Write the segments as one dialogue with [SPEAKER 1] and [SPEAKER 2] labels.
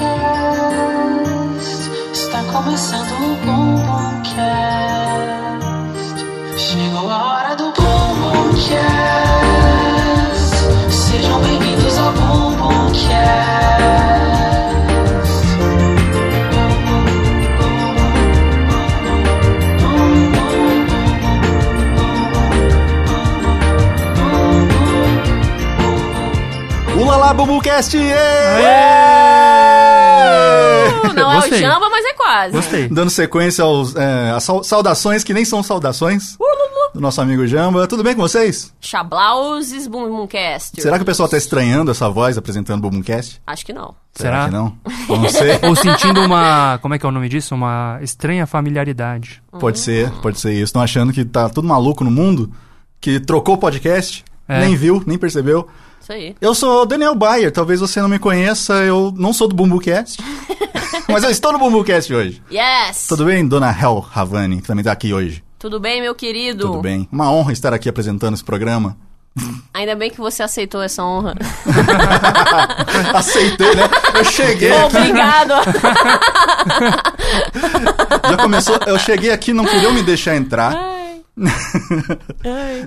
[SPEAKER 1] é? começando o Bombomcast. Chegou a hora do Bombomcast. Sejam bem-vindos ao Bombomcast.
[SPEAKER 2] Ulala Bubucast! ê!
[SPEAKER 3] Não, não é o
[SPEAKER 4] Gostei.
[SPEAKER 3] Jamba, mas é quase.
[SPEAKER 4] Gostei.
[SPEAKER 2] Dando sequência aos, é, às sau- saudações que nem são saudações
[SPEAKER 4] Uh,
[SPEAKER 2] do nosso amigo Jamba. Tudo bem com vocês?
[SPEAKER 3] Chablauzes Boomcast.
[SPEAKER 2] Será que o pessoal tá estranhando essa voz apresentando o Boomcast?
[SPEAKER 3] Acho que não.
[SPEAKER 2] Será
[SPEAKER 4] Será?
[SPEAKER 2] que não? Não sei.
[SPEAKER 4] Ou sentindo uma. Como é que é o nome disso? Uma estranha familiaridade.
[SPEAKER 2] Pode ser, pode ser isso. Estão achando que tá tudo maluco no mundo, que trocou o podcast,
[SPEAKER 4] É.
[SPEAKER 2] nem viu, nem percebeu.
[SPEAKER 3] Isso aí.
[SPEAKER 2] Eu sou o Daniel Bayer, talvez você não me conheça, eu não sou do Bumbucast, mas eu estou no Bumbucast hoje.
[SPEAKER 3] Yes!
[SPEAKER 2] Tudo bem, dona Hel Havani, que também tá aqui hoje?
[SPEAKER 3] Tudo bem, meu querido?
[SPEAKER 2] Tudo bem. Uma honra estar aqui apresentando esse programa.
[SPEAKER 3] Ainda bem que você aceitou essa honra.
[SPEAKER 2] Aceitei, né? Eu cheguei aqui,
[SPEAKER 3] Obrigado!
[SPEAKER 2] já começou. Eu cheguei aqui, não queriam me deixar entrar.
[SPEAKER 3] Ai,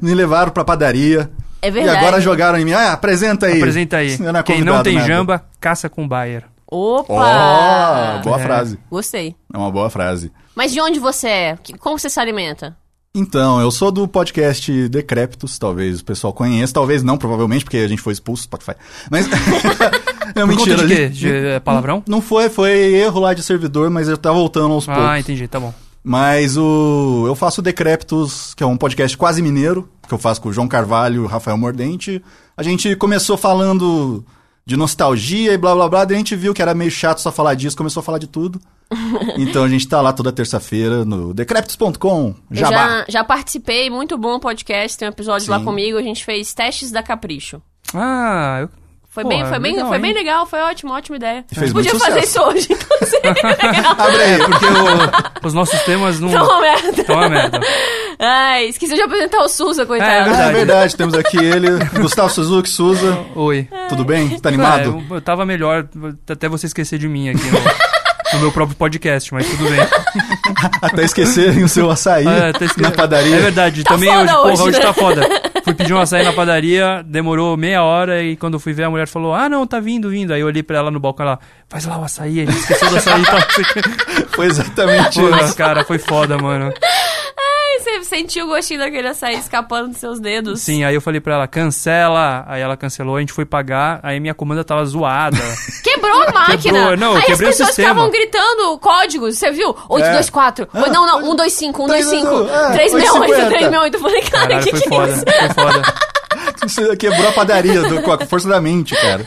[SPEAKER 2] Me levaram pra padaria.
[SPEAKER 3] É verdade.
[SPEAKER 2] E agora jogaram em mim. Ah, apresenta aí.
[SPEAKER 4] Apresenta aí.
[SPEAKER 2] Você não é
[SPEAKER 4] Quem não
[SPEAKER 2] convidado,
[SPEAKER 4] tem
[SPEAKER 2] né?
[SPEAKER 4] jamba, caça com Bayer.
[SPEAKER 2] Ó,
[SPEAKER 3] Opa!
[SPEAKER 2] boa
[SPEAKER 4] É.
[SPEAKER 2] frase.
[SPEAKER 3] Gostei.
[SPEAKER 2] É uma boa frase.
[SPEAKER 3] Mas de onde você é? Que- Como você se alimenta?
[SPEAKER 2] Então, eu sou do podcast Decréptos, talvez o pessoal conheça, talvez não, provavelmente, porque a gente foi expulso do Spotify. Mas. é
[SPEAKER 4] Por
[SPEAKER 2] mentira.
[SPEAKER 4] conta
[SPEAKER 2] a
[SPEAKER 4] de quê?
[SPEAKER 2] gente-
[SPEAKER 4] De, é, palavrão?
[SPEAKER 2] Não foi, foi erro lá de servidor, mas eu tava voltando aos poucos.
[SPEAKER 4] Ah, entendi, tá bom.
[SPEAKER 2] Mas o eu faço o Decréptos, que é um podcast quase mineiro, que eu faço com o João Carvalho e o Rafael Mordente. A gente começou falando de nostalgia e blá blá blá, daí a gente viu que era meio chato só falar disso, começou a falar de tudo. então a gente tá lá toda terça-feira no decreptos.com,
[SPEAKER 3] Eu
[SPEAKER 2] jabá.
[SPEAKER 3] já, já participei, muito bom podcast, tem um episódio lá
[SPEAKER 2] Sim.
[SPEAKER 3] comigo, a gente fez testes da Capricho.
[SPEAKER 4] Ah, eu.
[SPEAKER 3] Foi,
[SPEAKER 4] Pô,
[SPEAKER 3] bem, foi, bem,
[SPEAKER 4] legal,
[SPEAKER 3] foi bem
[SPEAKER 4] hein?
[SPEAKER 3] legal, foi ótimo, ótima ideia.
[SPEAKER 2] E fez muito
[SPEAKER 3] Podia fazer isso
[SPEAKER 2] sucesso.
[SPEAKER 3] hoje, então seria legal.
[SPEAKER 2] Abre
[SPEAKER 4] É,
[SPEAKER 2] aí, porque eu...
[SPEAKER 4] Os nossos temas não.
[SPEAKER 3] Então, merda.
[SPEAKER 4] Então é merda.
[SPEAKER 3] Ai, esqueci de apresentar o Souza,
[SPEAKER 4] É,
[SPEAKER 3] coitado.
[SPEAKER 2] Ah, é
[SPEAKER 4] Verdade.
[SPEAKER 2] verdade, temos aqui ele, Gustavo Suzuki, Suza.
[SPEAKER 4] Oi.
[SPEAKER 2] Tudo bem? Tá
[SPEAKER 4] É,
[SPEAKER 2] animado?
[SPEAKER 4] eu, eu tava melhor até você esquecer de mim aqui no, no meu próprio podcast, mas tudo bem.
[SPEAKER 2] Até esquecerem o seu açaí
[SPEAKER 4] Ah, até esque-
[SPEAKER 2] na padaria.
[SPEAKER 4] É verdade,
[SPEAKER 3] Tá
[SPEAKER 4] também
[SPEAKER 3] foda
[SPEAKER 4] hoje, porra,
[SPEAKER 3] hoje,
[SPEAKER 4] hoje,
[SPEAKER 3] né?
[SPEAKER 4] tá foda. Fui pedir um açaí na padaria, demorou meia hora e quando eu fui ver a mulher falou: Ah, não, tá vindo, vindo. Aí eu olhei pra ela no balcão ela, faz lá o açaí, a gente esqueceu do açaí e tal.
[SPEAKER 2] Foi exatamente
[SPEAKER 4] Porra,
[SPEAKER 2] isso.
[SPEAKER 4] cara, foi foda, mano.
[SPEAKER 3] Ai, Você sentiu o gostinho daquele açaí escapando dos seus dedos?
[SPEAKER 4] Sim, aí eu falei pra ela, cancela. Aí ela cancelou, a gente foi pagar, aí minha comanda tava zoada.
[SPEAKER 3] Quebrou a máquina!
[SPEAKER 4] Quebrou, não,
[SPEAKER 3] Aí
[SPEAKER 4] quebrei o
[SPEAKER 3] as pessoas
[SPEAKER 4] sistema.
[SPEAKER 3] estavam gritando códigos, você viu? 824.
[SPEAKER 2] É.
[SPEAKER 3] Não, um não, 125, 125.
[SPEAKER 2] É,
[SPEAKER 3] 368,
[SPEAKER 2] 850.
[SPEAKER 3] 368. Eu falei, cara,
[SPEAKER 4] Caralho,
[SPEAKER 3] que
[SPEAKER 4] foi
[SPEAKER 3] que é
[SPEAKER 4] foda,
[SPEAKER 3] isso?
[SPEAKER 4] foi foda.
[SPEAKER 2] Você quebrou é a padaria do- com a força da mente, cara.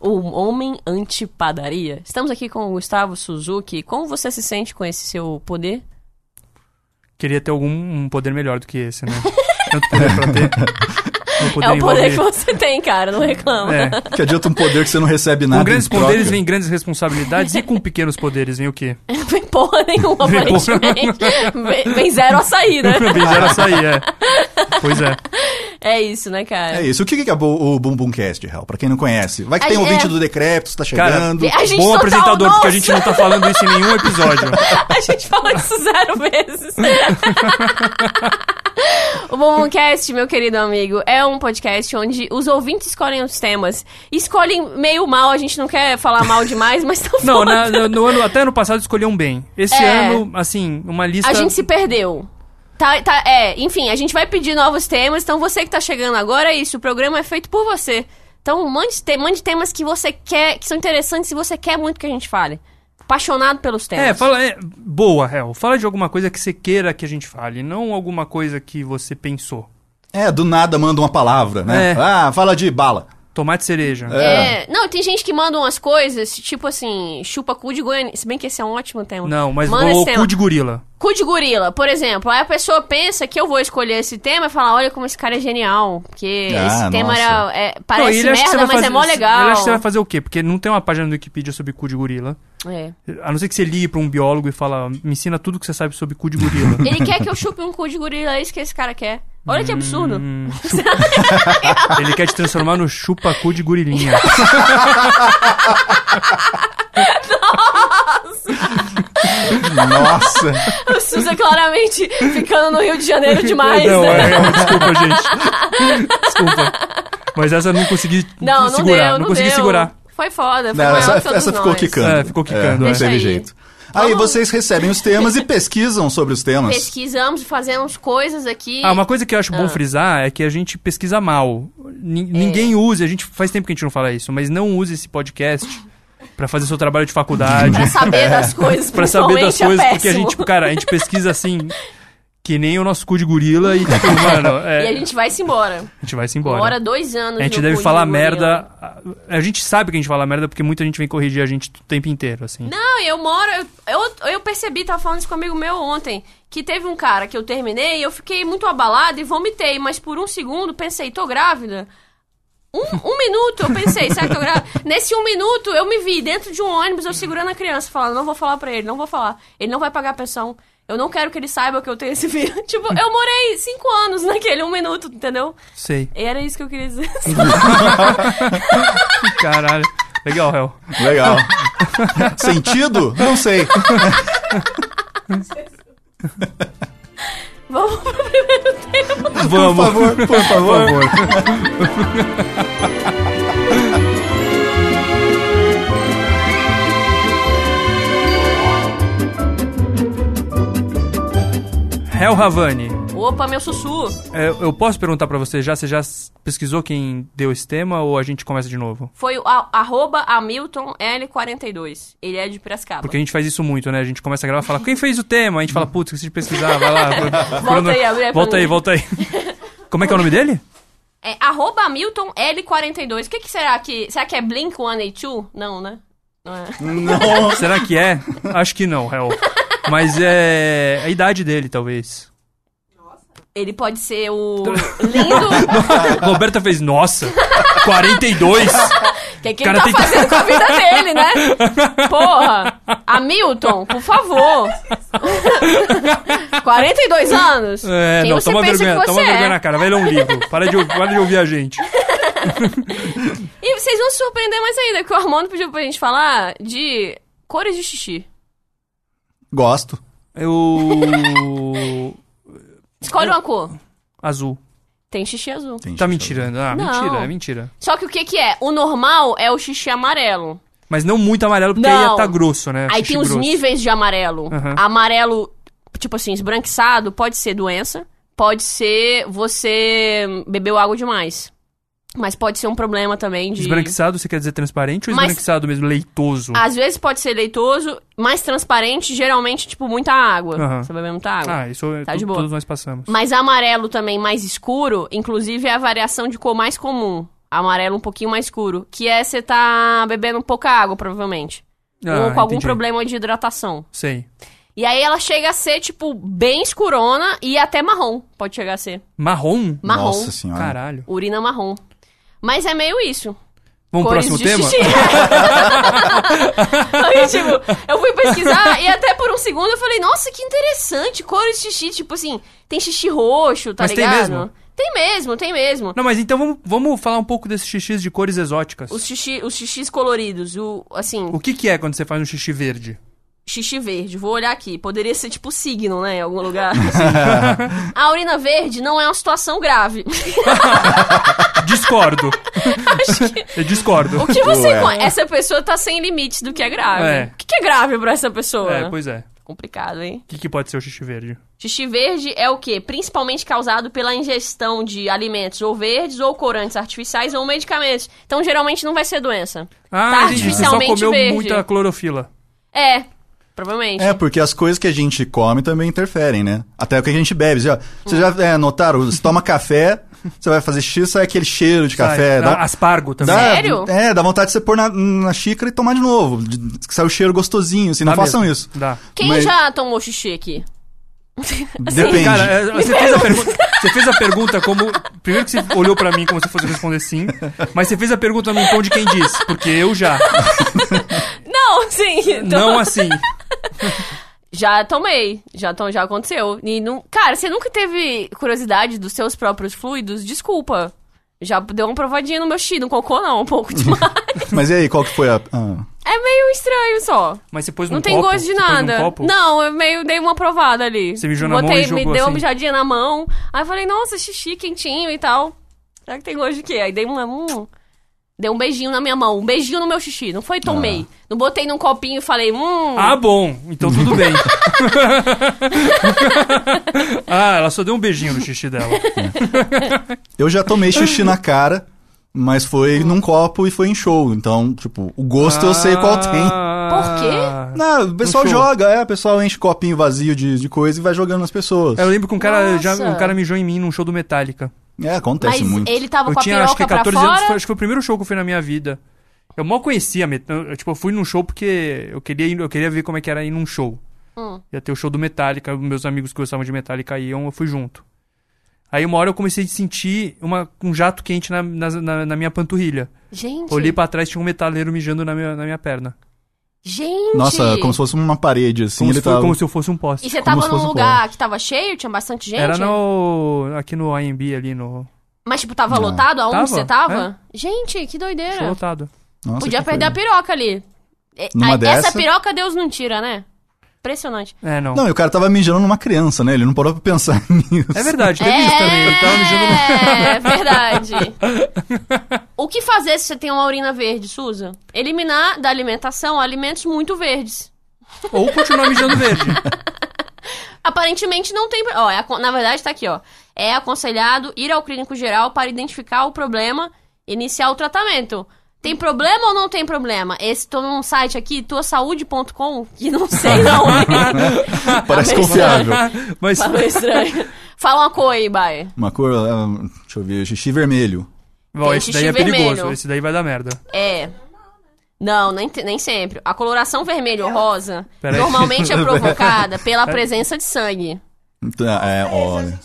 [SPEAKER 3] O homem antipadaria. Estamos aqui com o Gustavo Suzuki. Como você se sente com esse seu poder?
[SPEAKER 4] Queria ter algum um poder melhor do que esse, né? Tanto poder pra ter. Meu
[SPEAKER 3] é o poder
[SPEAKER 4] envolve-
[SPEAKER 3] que você tem, cara, não reclama.
[SPEAKER 4] É.
[SPEAKER 2] Que adianta um poder que você não recebe nada.
[SPEAKER 4] Com grandes
[SPEAKER 2] em troca.
[SPEAKER 4] poderes vem grandes responsabilidades e com pequenos poderes vem o quê?
[SPEAKER 3] Não vem porra nenhuma,
[SPEAKER 4] Vem porra.
[SPEAKER 3] aparentemente. Vem, vem zero açaí, né?
[SPEAKER 4] Bem, já era sair, é. Pois é.
[SPEAKER 3] É isso, né, cara?
[SPEAKER 2] É isso. O que que é bo- o Bumbumcast, real? Pra quem não conhece. Vai que
[SPEAKER 3] A
[SPEAKER 2] tem um
[SPEAKER 3] gente-
[SPEAKER 2] ouvinte
[SPEAKER 3] é.
[SPEAKER 2] do Decreptos, tá
[SPEAKER 4] Cara,
[SPEAKER 2] chegando.
[SPEAKER 3] A gente
[SPEAKER 4] Bom
[SPEAKER 3] total,
[SPEAKER 4] apresentador, porque a
[SPEAKER 3] nossa.
[SPEAKER 4] gente não tá falando isso em nenhum episódio.
[SPEAKER 3] A gente falou isso zero vezes. O Bombomcast, meu querido amigo, é um podcast onde os ouvintes escolhem os temas. Escolhem meio mal, a gente não quer falar mal demais, mas tão
[SPEAKER 4] Não, na-
[SPEAKER 3] foda.
[SPEAKER 4] no, no ano, até ano passado escolhi um bem. Esse
[SPEAKER 3] É.
[SPEAKER 4] ano, assim, uma lista.
[SPEAKER 3] A gente se perdeu. Tá, tá, é, enfim, a gente vai pedir novos temas, então você que tá chegando agora, é isso, o programa é feito por você. Então, mande, te, mande temas que você quer, que são interessantes e você quer muito que a gente fale. Apaixonado pelos temas.
[SPEAKER 4] É, fala. é, boa, Hel. Fala de alguma coisa que você queira que a gente fale, não alguma coisa que você pensou.
[SPEAKER 2] É, do nada manda uma palavra, né?
[SPEAKER 4] É.
[SPEAKER 2] Ah, fala de bala.
[SPEAKER 4] Tomate cereja.
[SPEAKER 3] É. Não, tem gente que manda umas coisas, tipo assim, chupa cu de Goiânia. Se bem que esse é um ótimo tema.
[SPEAKER 4] Não, mas
[SPEAKER 3] manda
[SPEAKER 4] o
[SPEAKER 3] esse é um tema.
[SPEAKER 4] cu de gorila.
[SPEAKER 3] Cu de gorila, por exemplo. Aí a pessoa pensa que eu vou escolher esse tema e falar, olha como esse cara é genial. Porque
[SPEAKER 2] Ah,
[SPEAKER 3] esse tema
[SPEAKER 2] nossa.
[SPEAKER 3] era, é,
[SPEAKER 4] Não, e
[SPEAKER 3] parece
[SPEAKER 4] ele acha que você vai
[SPEAKER 3] merda, mas é
[SPEAKER 4] fazer-
[SPEAKER 3] mó legal.
[SPEAKER 4] Ele acha que você vai fazer o quê? Porque não tem uma página no Wikipedia sobre cu de gorila.
[SPEAKER 3] É.
[SPEAKER 4] A não ser que você ligue pra um biólogo e fala, me ensina tudo que você sabe sobre cu de gorila.
[SPEAKER 3] Ele quer que eu chupe um cu de gorila, é isso que esse cara quer. Olha que absurdo.
[SPEAKER 4] Hum. Ele quer te transformar no chupacu de gorilinha.
[SPEAKER 2] Nossa.
[SPEAKER 3] O Suza é claramente ficando no Rio de Janeiro demais,
[SPEAKER 4] não,
[SPEAKER 3] né?
[SPEAKER 4] é, é, desculpa, gente. Desculpa. Mas essa eu não consegui
[SPEAKER 3] Não, não
[SPEAKER 4] segurar.
[SPEAKER 3] deu, não,
[SPEAKER 4] consegui
[SPEAKER 3] deu.
[SPEAKER 4] segurar.
[SPEAKER 3] Foi foda,
[SPEAKER 2] Não,
[SPEAKER 3] foi maior
[SPEAKER 2] essa
[SPEAKER 3] que todos
[SPEAKER 2] essa ficou
[SPEAKER 3] nós.
[SPEAKER 2] quicando.
[SPEAKER 4] É, ficou quicando,
[SPEAKER 2] não
[SPEAKER 4] é.
[SPEAKER 2] teve
[SPEAKER 3] Deixa aí.
[SPEAKER 2] jeito. Aí
[SPEAKER 3] Vamos-
[SPEAKER 2] vocês recebem os temas e pesquisam sobre os temas.
[SPEAKER 3] Pesquisamos, fazemos coisas aqui.
[SPEAKER 4] Ah, uma coisa que eu acho bom frisar é que a gente pesquisa mal.
[SPEAKER 3] É.
[SPEAKER 4] Ni- Ninguém use, a gente faz tempo que a gente não fala isso, mas não use esse podcast pra fazer seu trabalho de faculdade,
[SPEAKER 3] Pra saber das coisas,
[SPEAKER 4] É. pra saber das
[SPEAKER 3] principalmente, é
[SPEAKER 4] coisas, porque a
[SPEAKER 3] péssimo.
[SPEAKER 4] gente, tipo, cara, a gente pesquisa assim que nem o nosso cu de gorila e tipo, mano, é,
[SPEAKER 3] E
[SPEAKER 4] a,
[SPEAKER 3] a
[SPEAKER 4] gente...
[SPEAKER 3] gente vai-se embora.
[SPEAKER 4] vai se embora.
[SPEAKER 3] Mora dois anos
[SPEAKER 4] A gente
[SPEAKER 3] no
[SPEAKER 4] deve
[SPEAKER 3] cu de
[SPEAKER 4] falar
[SPEAKER 3] gorila.
[SPEAKER 4] merda. A a gente sabe que a gente fala merda porque muita gente vem corrigir a gente o tempo inteiro, assim.
[SPEAKER 3] Não, eu moro. Eu, eu, eu percebi, tava falando isso com um amigo meu ontem, que teve um cara que eu terminei e eu fiquei muito abalada e vomitei, mas por um segundo pensei, tô grávida. Um, um minuto eu pensei, será que eu grávida? Nesse um minuto eu me vi dentro de um ônibus, eu segurando a criança, falando, não vou falar pra ele, não vou falar. Ele não vai pagar a pensão. Eu não quero que ele saiba que eu tenho esse filho. tipo, eu morei cinco anos naquele um minuto, entendeu?
[SPEAKER 4] Sei.
[SPEAKER 3] E era isso que eu queria dizer.
[SPEAKER 4] Caralho. Legal, Hel.
[SPEAKER 2] Legal. Sentido? Não sei.
[SPEAKER 3] Vamos pro primeiro tempo.
[SPEAKER 2] Por
[SPEAKER 4] Vamos.
[SPEAKER 2] favor, por favor.
[SPEAKER 4] Hel Havani,
[SPEAKER 3] Opa, meu sussu.
[SPEAKER 4] é, eu posso perguntar pra você já? Você já s- pesquisou quem deu esse tema ou a gente começa de novo?
[SPEAKER 3] Foi o a- arroba Hamilton L42. Ele é de Piracicaba.
[SPEAKER 4] Porque a gente faz isso muito, né? A gente começa a gravar e fala, quem fez o tema? A gente fala, putz, esqueci de pesquisar, vai lá.
[SPEAKER 3] Volta aí, abre aí pra
[SPEAKER 4] Volta aí,
[SPEAKER 3] mim.
[SPEAKER 4] volta aí. Como é que é o nome dele?
[SPEAKER 3] É arroba Hamilton L42. O que, que será que... Será que é Blink-182? Não, né? Não é.
[SPEAKER 2] Não.
[SPEAKER 4] Será que é? Acho que não, Hel. Mas é a idade dele, talvez.
[SPEAKER 3] Ele pode ser o lindo...
[SPEAKER 4] Roberta fez, nossa, 42?
[SPEAKER 3] que é que ele
[SPEAKER 4] Cara,
[SPEAKER 3] tá
[SPEAKER 4] tem que-
[SPEAKER 3] fazendo com a vida dele, né? Porra! Hamilton, por favor. 42 anos?
[SPEAKER 4] É,
[SPEAKER 3] Quem
[SPEAKER 4] não,
[SPEAKER 3] você
[SPEAKER 4] toma
[SPEAKER 3] pensa
[SPEAKER 4] vergonha,
[SPEAKER 3] que você
[SPEAKER 4] toma vergonha
[SPEAKER 3] é?
[SPEAKER 4] na cara, vai ler um livro. Para de, ou- para de ouvir a gente.
[SPEAKER 3] E vocês vão se surpreender mais ainda, que o Armando pediu pra gente falar de cores de xixi.
[SPEAKER 2] Gosto.
[SPEAKER 4] Eu.
[SPEAKER 3] Escolhe uma cor.
[SPEAKER 4] Azul.
[SPEAKER 3] Tem xixi azul.
[SPEAKER 2] Tem
[SPEAKER 4] Tá
[SPEAKER 2] gente-
[SPEAKER 4] me tirando. Ah,
[SPEAKER 3] Não.
[SPEAKER 4] mentira, é mentira.
[SPEAKER 3] Só que o que que é? O normal é o xixi amarelo.
[SPEAKER 4] Mas não muito amarelo, porque
[SPEAKER 3] Não.
[SPEAKER 4] aí ia tá grosso, né?
[SPEAKER 3] Aí
[SPEAKER 4] Xixi
[SPEAKER 3] tem os
[SPEAKER 4] grosso.
[SPEAKER 3] níveis de amarelo.
[SPEAKER 4] Aham.
[SPEAKER 3] Amarelo, tipo assim, esbranquiçado, pode ser doença, pode ser você bebeu água demais. Mas pode ser um problema também de...
[SPEAKER 4] Esbranquiçado, você quer dizer transparente ou
[SPEAKER 3] Mas- Ah,
[SPEAKER 4] esbranquiçado mesmo, leitoso?
[SPEAKER 3] Às vezes pode ser leitoso, mais transparente, geralmente, tipo, muita água.
[SPEAKER 4] Aham.
[SPEAKER 3] Você bebe muita água.
[SPEAKER 4] Ah, isso é
[SPEAKER 3] Tá
[SPEAKER 4] tu-
[SPEAKER 3] de boa.
[SPEAKER 4] todos nós passamos.
[SPEAKER 3] Mas amarelo também mais escuro, inclusive é a variação de cor mais comum. Amarelo um pouquinho mais escuro. Que é você tá bebendo pouca água, provavelmente.
[SPEAKER 4] Ah,
[SPEAKER 3] ou com algum
[SPEAKER 4] entendi.
[SPEAKER 3] problema de hidratação.
[SPEAKER 4] Sei.
[SPEAKER 3] E aí ela chega a ser, tipo, bem escurona e até marrom. Pode chegar a ser.
[SPEAKER 4] Marrom?
[SPEAKER 3] Marrom.
[SPEAKER 2] Nossa senhora.
[SPEAKER 4] Caralho.
[SPEAKER 3] Urina marrom. Mas é meio isso.
[SPEAKER 4] Vamos pro
[SPEAKER 3] Cores
[SPEAKER 4] próximo
[SPEAKER 3] de
[SPEAKER 4] tema?
[SPEAKER 3] xixi. Aí, tipo, eu fui pesquisar e até por um segundo eu falei, nossa, que interessante, cores de xixi. Tipo assim, tem xixi roxo, tá
[SPEAKER 4] Mas tem
[SPEAKER 3] ligado?
[SPEAKER 4] mesmo?
[SPEAKER 3] Tem mesmo, tem mesmo.
[SPEAKER 4] Não, mas então vamos, vamos falar um pouco desses xixis de cores exóticas.
[SPEAKER 3] Os, xixi, os xixis coloridos, o, assim,
[SPEAKER 4] O que que é quando você faz um xixi verde?
[SPEAKER 3] xixi verde. Vou olhar aqui. Poderia ser tipo signo, né? Em algum lugar. a urina verde não é uma situação grave.
[SPEAKER 4] Discordo. Eu discordo.
[SPEAKER 3] O que você.
[SPEAKER 2] Ué.
[SPEAKER 3] con- Essa pessoa tá sem limites do que é grave.
[SPEAKER 4] É.
[SPEAKER 3] O que que é grave pra essa pessoa?
[SPEAKER 4] É, pois é.
[SPEAKER 3] Complicado, hein?
[SPEAKER 4] O que, que pode ser o xixi verde?
[SPEAKER 3] Xixi verde é o quê? Principalmente causado pela ingestão de alimentos ou verdes ou corantes artificiais ou medicamentos. Então, geralmente não vai ser doença.
[SPEAKER 4] Ah, entendi. Você só
[SPEAKER 3] artificialmente
[SPEAKER 4] comeu
[SPEAKER 3] Tá verde.
[SPEAKER 4] muita clorofila.
[SPEAKER 3] É, provavelmente.
[SPEAKER 2] É, porque as coisas que a gente come também interferem, né? Até o que a gente bebe. Já- Vocês já é, notaram? Você toma café, você vai fazer xixi, sai aquele cheiro de café.
[SPEAKER 4] Sai.
[SPEAKER 2] dá-
[SPEAKER 4] Ah, Aspargo também.
[SPEAKER 2] dá-
[SPEAKER 3] Sério?
[SPEAKER 2] É, dá vontade de você pôr na, na xícara e tomar de novo. De- de- Que sai o cheiro gostosinho, assim. Não
[SPEAKER 4] Dá
[SPEAKER 2] façam
[SPEAKER 4] Tá mesmo.
[SPEAKER 2] isso.
[SPEAKER 4] Dá.
[SPEAKER 3] Quem
[SPEAKER 2] Mas-
[SPEAKER 3] já tomou xixi aqui?
[SPEAKER 2] Depende.
[SPEAKER 4] Cara, é, você, fez a pergunta, você fez a pergunta como. Primeiro que você olhou pra mim como se fosse responder sim, mas você fez a pergunta num tom de quem diz, porque eu já.
[SPEAKER 3] Não, sim. então-
[SPEAKER 4] Não assim.
[SPEAKER 3] Já tomei. Já, to já aconteceu. E não... Cara, você nunca teve curiosidade dos seus próprios fluidos? Desculpa. Já deu uma provadinha no meu xixi, no cocô não, um pouco demais.
[SPEAKER 2] Mas e aí, qual que foi a. ah,
[SPEAKER 3] É meio estranho só.
[SPEAKER 4] Mas você pôs num
[SPEAKER 3] Não tem
[SPEAKER 4] Um copo?
[SPEAKER 3] gosto de
[SPEAKER 4] Você pôs num
[SPEAKER 3] nada.
[SPEAKER 4] copo?
[SPEAKER 3] Não, eu meio dei uma provada ali.
[SPEAKER 4] Você mijou na mão e
[SPEAKER 3] me
[SPEAKER 4] jogou
[SPEAKER 3] deu uma
[SPEAKER 4] assim?
[SPEAKER 3] mijadinha na mão. Aí eu falei, nossa, xixi quentinho e tal. Será que tem gosto de quê? Aí dei uma. Hum, dei um beijinho na minha mão, um beijinho no meu xixi. Não foi tomei. Não botei num copinho e falei, hum.
[SPEAKER 4] Ah, bom. Então tudo bem. ah, ela só deu um beijinho no xixi dela.
[SPEAKER 2] Eu já tomei xixi na cara, mas foi num copo e foi em show. Então, tipo, o gosto eu sei qual tem.
[SPEAKER 4] Ah.
[SPEAKER 2] Não, o pessoal
[SPEAKER 4] show.
[SPEAKER 2] joga, é, o pessoal enche copinho vazio de, de coisa e vai jogando nas pessoas.
[SPEAKER 4] Eu lembro que um cara, já,
[SPEAKER 3] Nossa.
[SPEAKER 4] um cara mijou em mim num show do Metallica.
[SPEAKER 2] É, acontece
[SPEAKER 3] Mas
[SPEAKER 2] muito.
[SPEAKER 3] ele tava
[SPEAKER 4] Eu
[SPEAKER 3] com a
[SPEAKER 4] tinha, acho que
[SPEAKER 3] piroca pra
[SPEAKER 4] 14
[SPEAKER 3] fora.
[SPEAKER 4] anos. foi- Acho que foi o primeiro show que eu fui na minha vida. Eu mal conhecia Metallica. Tipo, eu fui num show porque eu queria, ir- eu queria ver como é que era ir num show.
[SPEAKER 3] Hum.
[SPEAKER 4] Ia ter o show do Metallica, meus amigos que gostavam de Metallica iam, eu fui junto. Aí uma hora eu comecei a sentir uma- um jato quente na, na, na- na minha panturrilha.
[SPEAKER 3] Gente.
[SPEAKER 4] Olhei pra trás tinha um metaleiro mijando na minha, na minha perna.
[SPEAKER 3] Gente.
[SPEAKER 2] Nossa, como se fosse uma parede, assim.
[SPEAKER 4] Como,
[SPEAKER 2] ele
[SPEAKER 4] se, foi-
[SPEAKER 2] tava...
[SPEAKER 4] como se eu fosse um poste.
[SPEAKER 3] E você
[SPEAKER 2] como
[SPEAKER 3] tava
[SPEAKER 2] se fosse
[SPEAKER 3] num
[SPEAKER 2] um
[SPEAKER 3] lugar que tava cheio, tinha bastante gente?
[SPEAKER 4] Era no, aqui no IMB, ali no
[SPEAKER 3] Mas, tipo, tava
[SPEAKER 2] Não.
[SPEAKER 3] lotado aonde
[SPEAKER 4] Tava, É?
[SPEAKER 3] você tava? Gente, que
[SPEAKER 4] show
[SPEAKER 3] doideira.
[SPEAKER 4] lotado.
[SPEAKER 2] Nossa,
[SPEAKER 3] Podia
[SPEAKER 2] que
[SPEAKER 3] perder a
[SPEAKER 2] coisa.
[SPEAKER 3] piroca ali. É,
[SPEAKER 2] Numa
[SPEAKER 3] a-
[SPEAKER 2] dessa-
[SPEAKER 3] Essa piroca Deus não tira, né? Impressionante.
[SPEAKER 4] É, não.
[SPEAKER 2] Não, e o cara tava mijando numa criança, né? Ele não parou pra pensar nisso.
[SPEAKER 4] É verdade, teve isso também. Ele tava mijando no...
[SPEAKER 3] É,
[SPEAKER 2] tá
[SPEAKER 3] verdade. é O que fazer se você tem uma urina verde, Suza? Eliminar da alimentação alimentos muito verdes.
[SPEAKER 4] Ou continuar mijando verde.
[SPEAKER 3] Aparentemente não tem. Ó, é acon- na verdade, tá aqui, ó. É aconselhado ir ao clínico geral para identificar o problema e iniciar o tratamento. Tem problema ou não tem problema? Esse tô num site aqui, tuasaude.com, que não sei não. né? hein?
[SPEAKER 2] Parece
[SPEAKER 3] Tá
[SPEAKER 2] confiável.
[SPEAKER 4] Mas
[SPEAKER 3] Falou estranho. Fala uma cor aí, Baia.
[SPEAKER 2] Uma cor. ah, Deixa eu ver, xixi vermelho.
[SPEAKER 4] Bom,
[SPEAKER 3] Tem
[SPEAKER 4] esse
[SPEAKER 3] xixi
[SPEAKER 4] daí é
[SPEAKER 3] vermelho.
[SPEAKER 4] perigoso, esse daí vai dar merda.
[SPEAKER 3] É. Não, nem, te- nem sempre. A coloração vermelho ou rosa
[SPEAKER 4] Peraí.
[SPEAKER 3] normalmente é provocada pela presença de sangue.
[SPEAKER 2] Então, é, olha.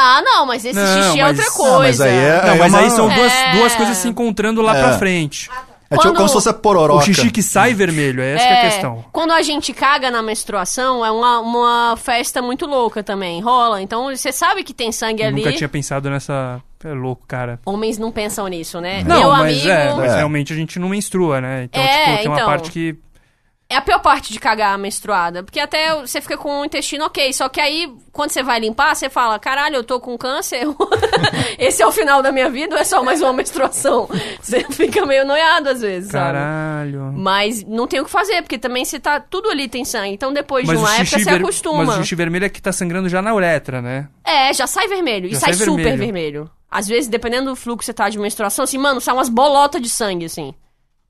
[SPEAKER 3] Ah, não, mas esse
[SPEAKER 4] Não,
[SPEAKER 3] xixi é
[SPEAKER 4] mas-
[SPEAKER 3] outra
[SPEAKER 2] Ah, mas
[SPEAKER 3] coisa.
[SPEAKER 2] aí é.
[SPEAKER 4] Não,
[SPEAKER 2] é
[SPEAKER 4] mas
[SPEAKER 2] uma-
[SPEAKER 4] aí são duas,
[SPEAKER 3] É.
[SPEAKER 4] duas coisas se encontrando lá
[SPEAKER 2] É.
[SPEAKER 4] pra frente.
[SPEAKER 2] É tipo
[SPEAKER 3] Quando-
[SPEAKER 2] como se fosse a
[SPEAKER 4] O
[SPEAKER 2] pororoca.
[SPEAKER 4] xixi que sai vermelho, é essa que é a questão.
[SPEAKER 3] Quando a gente caga na menstruação, é uma, uma festa muito louca também. Rola. Então você sabe que tem sangue
[SPEAKER 4] Eu
[SPEAKER 3] ali.
[SPEAKER 4] nunca tinha pensado nessa... É louco, cara.
[SPEAKER 3] Homens não pensam nisso, né?
[SPEAKER 4] Não,
[SPEAKER 3] Meu
[SPEAKER 4] mas
[SPEAKER 3] amigo.
[SPEAKER 4] é, mas
[SPEAKER 2] É.
[SPEAKER 4] realmente a gente não menstrua, né? Então,
[SPEAKER 3] É,
[SPEAKER 4] tipo, tem uma
[SPEAKER 3] então.
[SPEAKER 4] parte que...
[SPEAKER 3] É a pior parte de cagar menstruada. Porque até você fica com o intestino ok. Só que aí, quando você vai limpar, você fala: caralho, eu tô com câncer. Esse é o final da minha vida ou é só mais uma menstruação? Você fica meio noiado às vezes, sabe?
[SPEAKER 4] Caralho.
[SPEAKER 3] Mas não tem o que fazer, porque também você tá. Tudo ali tem sangue. Então depois
[SPEAKER 4] Mas
[SPEAKER 3] de
[SPEAKER 4] o,
[SPEAKER 3] uma época
[SPEAKER 4] xixi
[SPEAKER 3] você
[SPEAKER 4] ver-
[SPEAKER 3] acostuma.
[SPEAKER 4] mas o xixi vermelho é que tá sangrando já na uretra, né?
[SPEAKER 3] É, já sai vermelho. E
[SPEAKER 4] Já
[SPEAKER 3] sai,
[SPEAKER 4] sai
[SPEAKER 3] super vermelho.
[SPEAKER 4] vermelho.
[SPEAKER 3] Às vezes, dependendo do fluxo que você tá de menstruação, assim, mano, sai umas bolotas de sangue, assim.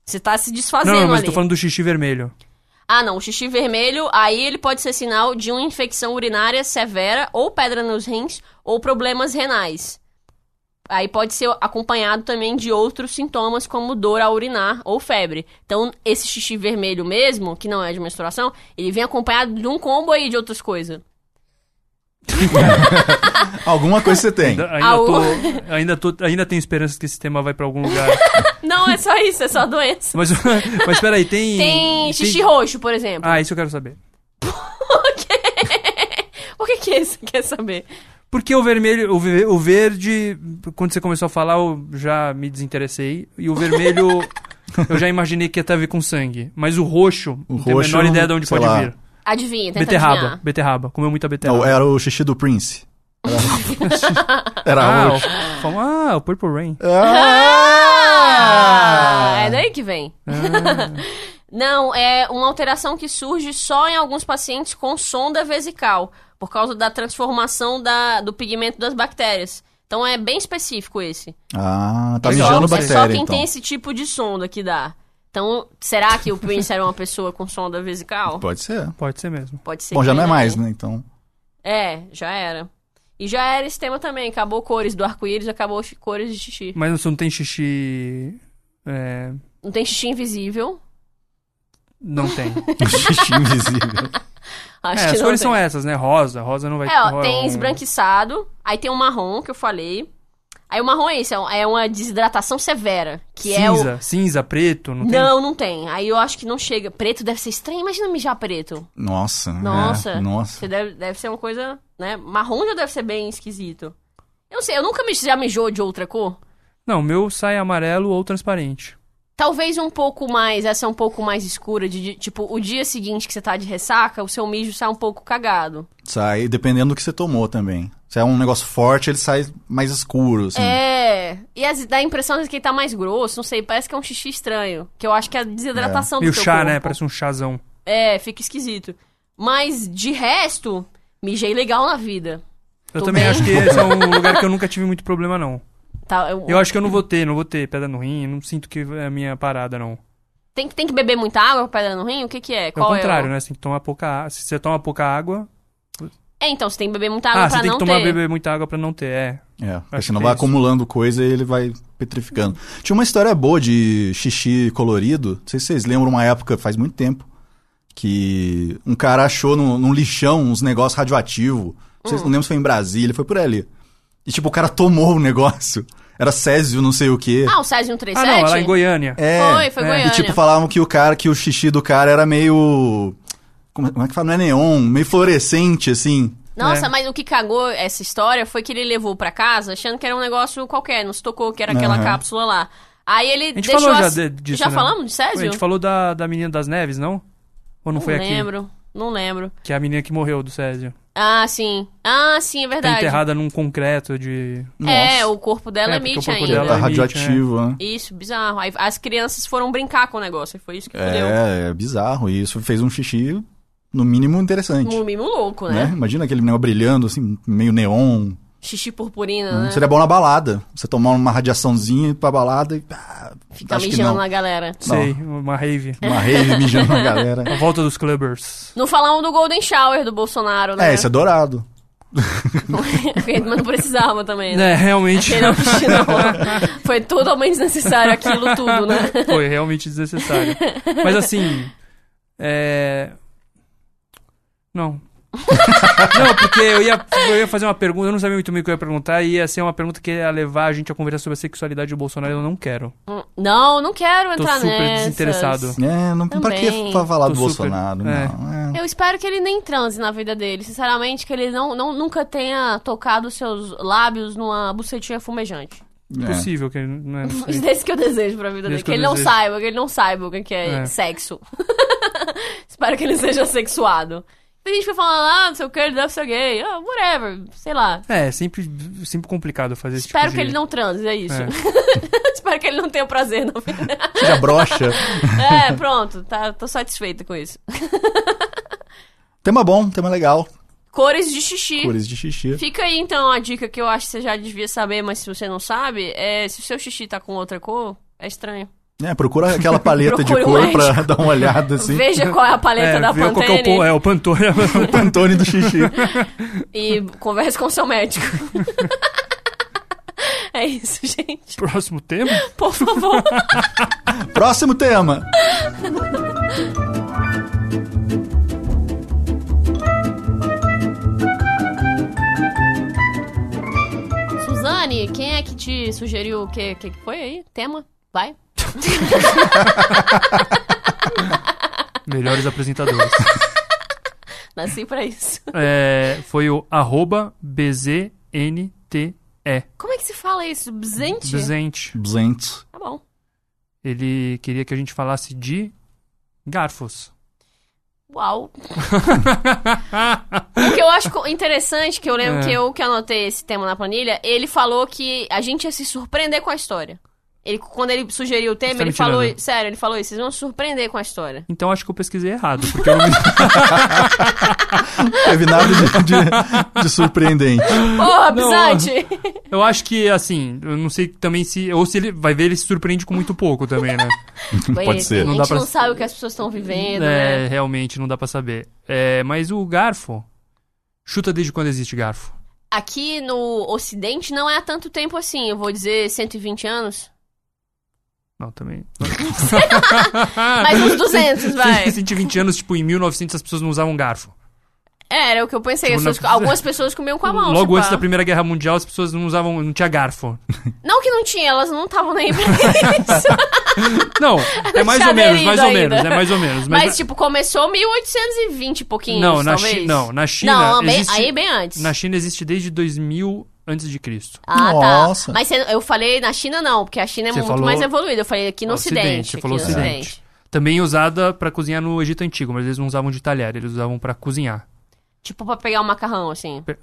[SPEAKER 3] Você tá se desfazendo
[SPEAKER 4] não, não, mas
[SPEAKER 3] ali.
[SPEAKER 4] eu tô falando do xixi vermelho.
[SPEAKER 3] Ah, não. O xixi vermelho, aí ele pode ser sinal de uma infecção urinária severa, ou pedra nos rins, ou problemas renais. Aí pode ser acompanhado também de outros sintomas, como dor ao urinar ou febre. Então, esse xixi vermelho mesmo, que não é de menstruação, ele vem acompanhado de um combo aí de outras coisas.
[SPEAKER 2] Alguma coisa você tem.
[SPEAKER 4] Ainda,
[SPEAKER 3] Ah,
[SPEAKER 4] ainda,
[SPEAKER 3] o-
[SPEAKER 4] tô, ainda, tô, ainda tenho esperança que esse tema vai pra algum lugar.
[SPEAKER 3] Não, é só isso, é só doença.
[SPEAKER 4] mas, mas peraí, tem...
[SPEAKER 3] Tem xixi roxo, por exemplo.
[SPEAKER 4] Ah, isso eu quero saber.
[SPEAKER 3] O que que você quer saber?
[SPEAKER 4] Porque o vermelho, o, ve- o verde, quando você começou a falar, eu já me desinteressei. E o vermelho, eu já imaginei que ia ter a ver com sangue. Mas o roxo,
[SPEAKER 2] O
[SPEAKER 4] não tenho a
[SPEAKER 2] roxo, é um,
[SPEAKER 4] menor ideia de onde
[SPEAKER 2] sei
[SPEAKER 4] pode
[SPEAKER 2] lá.
[SPEAKER 4] vir.
[SPEAKER 3] Adivinha, tenta
[SPEAKER 4] Beterraba,
[SPEAKER 3] adivinhar.
[SPEAKER 4] beterraba. Comeu muita beterraba.
[SPEAKER 2] Não, era É o xixi do Prince. Era,
[SPEAKER 4] ah,
[SPEAKER 2] era
[SPEAKER 4] o,
[SPEAKER 2] roxo.
[SPEAKER 4] famo- ah, o Purple Rain.
[SPEAKER 3] Ah, é daí que vem.
[SPEAKER 4] Ah,
[SPEAKER 3] Não, é uma alteração que surge só em alguns pacientes com sonda vesical, por causa da transformação da- do pigmento das bactérias. Então é bem específico esse.
[SPEAKER 2] Ah, tá
[SPEAKER 4] Só-
[SPEAKER 2] mijando
[SPEAKER 4] só
[SPEAKER 3] é só
[SPEAKER 2] bactéria,
[SPEAKER 3] quem
[SPEAKER 2] então.
[SPEAKER 3] tem esse tipo de sonda que dá. Então, será que o Prince era uma pessoa com sonda vesical?
[SPEAKER 2] Pode ser.
[SPEAKER 4] Pode ser mesmo.
[SPEAKER 3] Pode ser.
[SPEAKER 2] Bom,
[SPEAKER 3] que
[SPEAKER 2] já não é
[SPEAKER 3] era,
[SPEAKER 2] mais, né? Então.
[SPEAKER 3] É, já era. E já era esse tema também. Acabou cores do arco-íris, acabou chi- cores de xixi.
[SPEAKER 4] Mas você não tem xixi... É,
[SPEAKER 3] Não tem xixi invisível.
[SPEAKER 4] não tem.
[SPEAKER 2] O xixi invisível.
[SPEAKER 3] Acho
[SPEAKER 4] é,
[SPEAKER 3] que
[SPEAKER 4] as
[SPEAKER 3] não
[SPEAKER 4] cores
[SPEAKER 3] tem.
[SPEAKER 4] são essas, né? Rosa, rosa não vai... um.
[SPEAKER 3] É, ó,
[SPEAKER 4] rosa-
[SPEAKER 3] tem esbranquiçado, aí tem o marrom, que eu falei. Aí o marrom é isso, é um- é uma desidratação severa, que é o...
[SPEAKER 4] Cinza, cinza, preto, não, tem?
[SPEAKER 3] Não, não tem. Aí eu acho que não chega. Preto deve ser estranho, imagina mijar preto.
[SPEAKER 2] Nossa. é,
[SPEAKER 3] Nossa.
[SPEAKER 2] nossa.
[SPEAKER 3] Você deve, deve ser uma coisa, né? Marrom já deve ser bem esquisito. Eu não sei, eu nunca me, já mijou de outra cor.
[SPEAKER 4] Não, o meu sai amarelo ou transparente.
[SPEAKER 3] Talvez um pouco mais, essa um pouco mais escura, de, de- tipo, o dia seguinte que você tá de ressaca, o seu mijo sai um pouco cagado.
[SPEAKER 2] Sai dependendo do que você tomou também. Se é um negócio forte, ele sai mais escuro, assim.
[SPEAKER 3] É. E as- dá a impressão de que ele tá mais grosso, não sei, parece que é um xixi estranho. Que eu acho que é a desidratação do
[SPEAKER 4] Meio
[SPEAKER 3] teu
[SPEAKER 4] chá,
[SPEAKER 3] corpo.
[SPEAKER 4] né? Parece um chazão.
[SPEAKER 3] É, fica esquisito. Mas de resto, mijei legal na vida.
[SPEAKER 4] Eu
[SPEAKER 3] Tô
[SPEAKER 4] também
[SPEAKER 3] bem.
[SPEAKER 4] acho que esse é um lugar que eu nunca tive muito problema, não.
[SPEAKER 3] Tá,
[SPEAKER 4] Eu acho que eu não vou ter, não vou ter pedra no rim, não sinto que é a minha parada, não. É
[SPEAKER 3] Tem, que- tem que beber muita água pra pedra no rim? O que que é?
[SPEAKER 4] Pelo
[SPEAKER 3] Qual
[SPEAKER 4] contrário,
[SPEAKER 3] é o-
[SPEAKER 4] né? Você tem que tomar pouca água. Se você toma pouca água.
[SPEAKER 3] É, então, você tem que beber muita água
[SPEAKER 4] ah,
[SPEAKER 3] pra
[SPEAKER 4] você tem
[SPEAKER 3] não
[SPEAKER 4] que tomar
[SPEAKER 3] ter.
[SPEAKER 4] beber muita água pra não ter, é.
[SPEAKER 2] É, porque
[SPEAKER 4] Acho
[SPEAKER 2] senão
[SPEAKER 4] que
[SPEAKER 2] vai
[SPEAKER 4] é isso.
[SPEAKER 2] acumulando coisa e ele vai petrificando. Tinha uma história boa de xixi colorido. Não sei se vocês lembram uma época, faz muito tempo, que um cara achou num, num lixão uns negócios radioativos. Não, sei, se- não lembro se foi em Brasília, foi por ali. E tipo, o cara tomou o negócio. Era Césio, não sei o quê.
[SPEAKER 3] Ah, o Césio 137?
[SPEAKER 4] Ah, não, ela é em Goiânia.
[SPEAKER 2] é,
[SPEAKER 3] Foi, foi
[SPEAKER 4] é.
[SPEAKER 3] Goiânia.
[SPEAKER 2] e tipo, falavam que o cara, que o xixi do cara era meio. Como, como é que fala? Não é neon, meio fluorescente, assim.
[SPEAKER 3] Nossa,
[SPEAKER 4] É.
[SPEAKER 3] mas o que cagou essa história foi que ele levou pra casa achando que era um negócio qualquer, não se tocou que era aquela
[SPEAKER 2] Aham.
[SPEAKER 3] cápsula lá. Aí ele
[SPEAKER 4] A gente
[SPEAKER 3] deixou
[SPEAKER 4] falou já
[SPEAKER 3] as-
[SPEAKER 4] de- disso,
[SPEAKER 3] Já
[SPEAKER 4] né?
[SPEAKER 3] falamos de
[SPEAKER 4] A
[SPEAKER 3] Césio?
[SPEAKER 4] gente falou da, da menina das neves, não? Ou não, foi aqui?
[SPEAKER 3] lembro, não lembro.
[SPEAKER 4] Que é a menina que morreu do Césio.
[SPEAKER 3] Ah, sim. Ah, sim, é
[SPEAKER 4] Tá
[SPEAKER 3] verdade.
[SPEAKER 4] enterrada num concreto de.
[SPEAKER 3] É, o corpo dela
[SPEAKER 4] É,
[SPEAKER 3] é,
[SPEAKER 4] porque o
[SPEAKER 3] Mitch
[SPEAKER 4] corpo
[SPEAKER 3] ainda.
[SPEAKER 4] dela
[SPEAKER 2] Tá
[SPEAKER 4] é
[SPEAKER 2] radioativo, né?
[SPEAKER 3] Isso, bizarro. Aí as crianças foram brincar com o negócio, e foi isso que fudeu.
[SPEAKER 2] É, é bizarro. E isso fez um xixi, no mínimo, interessante.
[SPEAKER 3] Um mimo louco,
[SPEAKER 2] né?
[SPEAKER 3] né?
[SPEAKER 2] Imagina aquele negócio brilhando, assim, meio neon.
[SPEAKER 3] Xixi purpurina,
[SPEAKER 2] né?
[SPEAKER 3] né?
[SPEAKER 2] Seria bom na balada. Você tomar uma radiaçãozinha pra balada e. Ah,
[SPEAKER 3] Ficar
[SPEAKER 2] acho que
[SPEAKER 3] mijando
[SPEAKER 2] não.
[SPEAKER 3] na galera.
[SPEAKER 4] Sei, uma rave.
[SPEAKER 2] Uma rave mijando na galera.
[SPEAKER 3] É.
[SPEAKER 4] A volta dos clubbers.
[SPEAKER 3] Não falamos do Golden Shower do Bolsonaro, né?
[SPEAKER 2] É, isso é dourado.
[SPEAKER 3] Mas não precisava também, né?
[SPEAKER 4] É, realmente.
[SPEAKER 3] Aquele xixi não. Foi totalmente desnecessário aquilo tudo, né?
[SPEAKER 4] Foi realmente desnecessário. Mas assim. É. Não. não, porque eu ia, eu ia fazer uma pergunta, eu não sabia muito bem o que eu ia perguntar, e ia ser uma pergunta que ia levar a gente a conversar sobre a sexualidade do Bolsonaro, e eu não quero.
[SPEAKER 3] Não, não quero
[SPEAKER 4] Tô
[SPEAKER 3] entrar
[SPEAKER 4] super
[SPEAKER 3] nessas.
[SPEAKER 4] desinteressado.
[SPEAKER 2] É, não, pra
[SPEAKER 3] Também.
[SPEAKER 2] que fa- falar
[SPEAKER 4] Tô
[SPEAKER 2] do
[SPEAKER 4] super-
[SPEAKER 2] Bolsonaro?
[SPEAKER 4] é.
[SPEAKER 2] Não, é.
[SPEAKER 3] Eu espero que ele nem transe na vida dele. Sinceramente, que ele não, não nunca tenha tocado os seus lábios numa bucetinha fumejante.
[SPEAKER 2] É.
[SPEAKER 4] Impossível que ele não é. não sei.
[SPEAKER 3] Isso é isso que eu desejo pra vida dele.
[SPEAKER 4] Isso
[SPEAKER 3] Que
[SPEAKER 4] que eu
[SPEAKER 3] ele não
[SPEAKER 4] desejo.
[SPEAKER 3] saiba, que ele não saiba o que que é,
[SPEAKER 4] É.
[SPEAKER 3] sexo. Espero que ele seja sexuado. Tem gente que fala, ah, não sei o que, ele deve ser gay. Ah, whatever, sei lá.
[SPEAKER 4] É, sempre, sempre complicado fazer esse
[SPEAKER 3] Espero
[SPEAKER 4] tipo
[SPEAKER 3] que
[SPEAKER 4] de- É.
[SPEAKER 3] ele não transe, é isso. Espero que ele não tenha prazer na vida.
[SPEAKER 2] Já brocha.
[SPEAKER 3] É, pronto, tá, tô satisfeita com isso.
[SPEAKER 2] tema bom, tema legal.
[SPEAKER 3] Cores de xixi.
[SPEAKER 2] Cores de xixi.
[SPEAKER 3] Fica aí então a dica que eu acho que você já devia saber, mas se você não sabe, é se o seu xixi tá com outra cor, é estranho.
[SPEAKER 2] É, procura aquela paleta de
[SPEAKER 3] Procura um
[SPEAKER 2] cor pra
[SPEAKER 3] médico.
[SPEAKER 2] dar uma olhada assim.
[SPEAKER 3] Veja qual é a paleta
[SPEAKER 4] é,
[SPEAKER 3] da
[SPEAKER 4] ver qual que é o, po-
[SPEAKER 3] Pantene
[SPEAKER 4] é, o Pantone.
[SPEAKER 2] O Pantone do xixi.
[SPEAKER 4] é.
[SPEAKER 3] e converse com o seu médico. é isso, gente.
[SPEAKER 4] Próximo tema?
[SPEAKER 3] Por favor.
[SPEAKER 2] Próximo tema.
[SPEAKER 3] Suzane, quem é que te sugeriu o que, que que foi aí? Tema? Vai.
[SPEAKER 4] Melhores apresentadores.
[SPEAKER 3] Nasci pra isso.
[SPEAKER 4] É, foi o arroba BZNTE.
[SPEAKER 3] Como é que se fala isso? Bzente?
[SPEAKER 4] Presente.
[SPEAKER 2] Bzentes.
[SPEAKER 3] Tá bom.
[SPEAKER 4] Ele queria que a gente falasse de garfos.
[SPEAKER 3] Uau. o que eu acho co- interessante, que eu lembro
[SPEAKER 4] É.
[SPEAKER 3] que eu que anotei esse tema na planilha, ele falou que a gente ia se surpreender com a história. Ele, quando ele sugeriu o tema,
[SPEAKER 4] tá
[SPEAKER 3] ele
[SPEAKER 4] me tirando.
[SPEAKER 3] falou. Sério, ele falou isso, vocês vão se surpreender com a história.
[SPEAKER 4] Então acho que eu pesquisei errado, porque eu não me...
[SPEAKER 2] Teve nada de- de- de surpreendente.
[SPEAKER 3] Porra,
[SPEAKER 4] Não,
[SPEAKER 3] Pisante!
[SPEAKER 4] Eu acho que, assim, eu não sei também se. Ou se ele vai ver, ele se surpreende com muito pouco também, né?
[SPEAKER 2] Pode ser.
[SPEAKER 3] A
[SPEAKER 4] Não
[SPEAKER 3] gente
[SPEAKER 4] dá
[SPEAKER 3] não,
[SPEAKER 4] pra-
[SPEAKER 3] sabe o que as pessoas estão vivendo,
[SPEAKER 4] é,
[SPEAKER 3] né?
[SPEAKER 4] realmente não dá pra saber. É, mas o garfo. Chuta desde quando existe garfo.
[SPEAKER 3] Aqui no Ocidente não é há tanto tempo assim, eu vou dizer 120 anos.
[SPEAKER 4] Não, também. Ah,
[SPEAKER 3] Mas uns 200, vai.
[SPEAKER 4] 120 anos, tipo, em 1900 as pessoas não usavam garfo.
[SPEAKER 3] É, era o que eu pensei. as
[SPEAKER 4] Tipo,
[SPEAKER 3] pessoas-
[SPEAKER 4] na-
[SPEAKER 3] Algumas pessoas comiam com a mão.
[SPEAKER 4] Logo
[SPEAKER 3] tipo,
[SPEAKER 4] antes
[SPEAKER 3] ah.
[SPEAKER 4] da Primeira Guerra Mundial as pessoas não usavam. Não tinha garfo.
[SPEAKER 3] Não que não tinha, elas não estavam nem pra isso.
[SPEAKER 4] Não, é mais
[SPEAKER 3] tinha
[SPEAKER 4] ou menos, mais ou
[SPEAKER 3] aderido
[SPEAKER 4] menos, é
[SPEAKER 3] ainda.
[SPEAKER 4] mais ou menos.
[SPEAKER 3] Mas,
[SPEAKER 4] Mas,
[SPEAKER 3] tipo, começou 1820 e pouquinhos,
[SPEAKER 4] não, na
[SPEAKER 3] talvez.
[SPEAKER 4] Chi- não, na China.
[SPEAKER 3] Não, bem-
[SPEAKER 4] existe-
[SPEAKER 3] aí bem antes.
[SPEAKER 4] Na China existe desde 2000. antes de Cristo.
[SPEAKER 3] Ah,
[SPEAKER 2] Nossa.
[SPEAKER 3] tá. Mas você- eu falei na China não, porque a China é
[SPEAKER 4] Você
[SPEAKER 3] muito
[SPEAKER 4] falou-
[SPEAKER 3] mais evoluída. Eu falei aqui no
[SPEAKER 4] Ocidente,
[SPEAKER 3] Ocidente.
[SPEAKER 4] você falou
[SPEAKER 3] aqui no
[SPEAKER 4] Ocidente. Também usada pra cozinhar no Egito Antigo, mas eles não usavam de talher, eles usavam pra cozinhar.
[SPEAKER 3] Tipo pra pegar o macarrão, assim.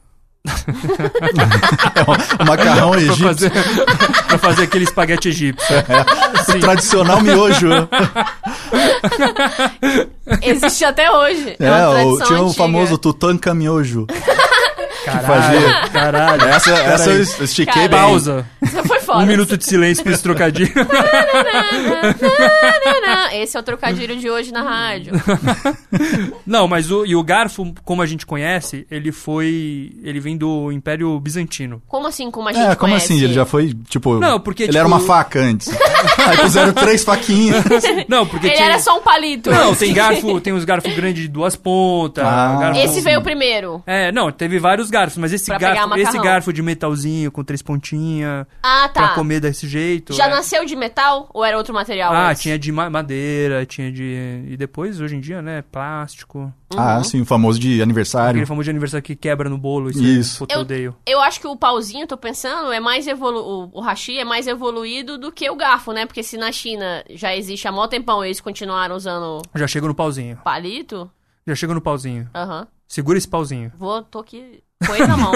[SPEAKER 2] O É um macarrão
[SPEAKER 4] Pra
[SPEAKER 2] egípcio,
[SPEAKER 4] fazer, pra fazer aquele espaguete egípcio. Sim.
[SPEAKER 2] tradicional miojo. né?
[SPEAKER 3] Existe até hoje. É,
[SPEAKER 2] É,
[SPEAKER 3] uma
[SPEAKER 2] o,
[SPEAKER 3] tradição
[SPEAKER 2] tinha o
[SPEAKER 3] antiga.
[SPEAKER 2] famoso Tutanka miojo.
[SPEAKER 4] Caralho, caralho.
[SPEAKER 2] Essa, essa eu
[SPEAKER 4] aí.
[SPEAKER 2] es- estiquei
[SPEAKER 3] Cara,
[SPEAKER 2] bem.
[SPEAKER 4] Pausa.
[SPEAKER 3] Você foi foda.
[SPEAKER 4] Um minuto de silêncio pra esse trocadilho.
[SPEAKER 3] Tananã. Esse é o trocadilho de hoje na rádio.
[SPEAKER 4] Não, mas o, e o garfo, como a gente conhece, ele foi. Ele vem do Império Bizantino.
[SPEAKER 3] Como assim, como a gente
[SPEAKER 2] É, como
[SPEAKER 3] conhece?
[SPEAKER 2] assim? Ele já foi, tipo...
[SPEAKER 4] Não, porque,
[SPEAKER 2] Ele
[SPEAKER 4] tipo,
[SPEAKER 2] era uma faca antes. Aí puseram três faquinhas.
[SPEAKER 4] Não, porque
[SPEAKER 3] Ele
[SPEAKER 4] tinha.
[SPEAKER 3] era só um palito.
[SPEAKER 4] Não, tem garfo, tem os garfos grandes de duas pontas.
[SPEAKER 2] Ah.
[SPEAKER 4] garfo-
[SPEAKER 3] Esse veio primeiro.
[SPEAKER 4] É, não, teve vários garfos, mas esse
[SPEAKER 3] Pra pegar
[SPEAKER 4] garfo,
[SPEAKER 3] macarrão.
[SPEAKER 4] esse garfo de metalzinho com três pontinhas
[SPEAKER 3] Ah,
[SPEAKER 4] pra
[SPEAKER 3] tá.
[SPEAKER 4] comer desse jeito.
[SPEAKER 3] Já
[SPEAKER 4] é.
[SPEAKER 3] nasceu de metal ou era outro material?
[SPEAKER 4] Ah,
[SPEAKER 3] antes?
[SPEAKER 4] tinha de ma- madeira, tinha de. E depois, hoje em dia, né? Plástico.
[SPEAKER 2] Ah, sim, o famoso de aniversário.
[SPEAKER 4] Aquele famoso de aniversário que quebra no bolo. Isso.
[SPEAKER 2] Isso.
[SPEAKER 4] puta,
[SPEAKER 3] Eu-
[SPEAKER 4] eu odeio.
[SPEAKER 3] Eu acho que o pauzinho, tô pensando, é mais evolu... o- O hashi é mais evoluído do que o garfo, né? Porque se na China já existe há mó tempão e eles continuaram usando
[SPEAKER 4] Já chego no pauzinho.
[SPEAKER 3] palito,
[SPEAKER 4] Já chego no pauzinho.
[SPEAKER 3] aham.
[SPEAKER 4] Segura esse pauzinho.
[SPEAKER 3] Vou, tô aqui com ele na mão.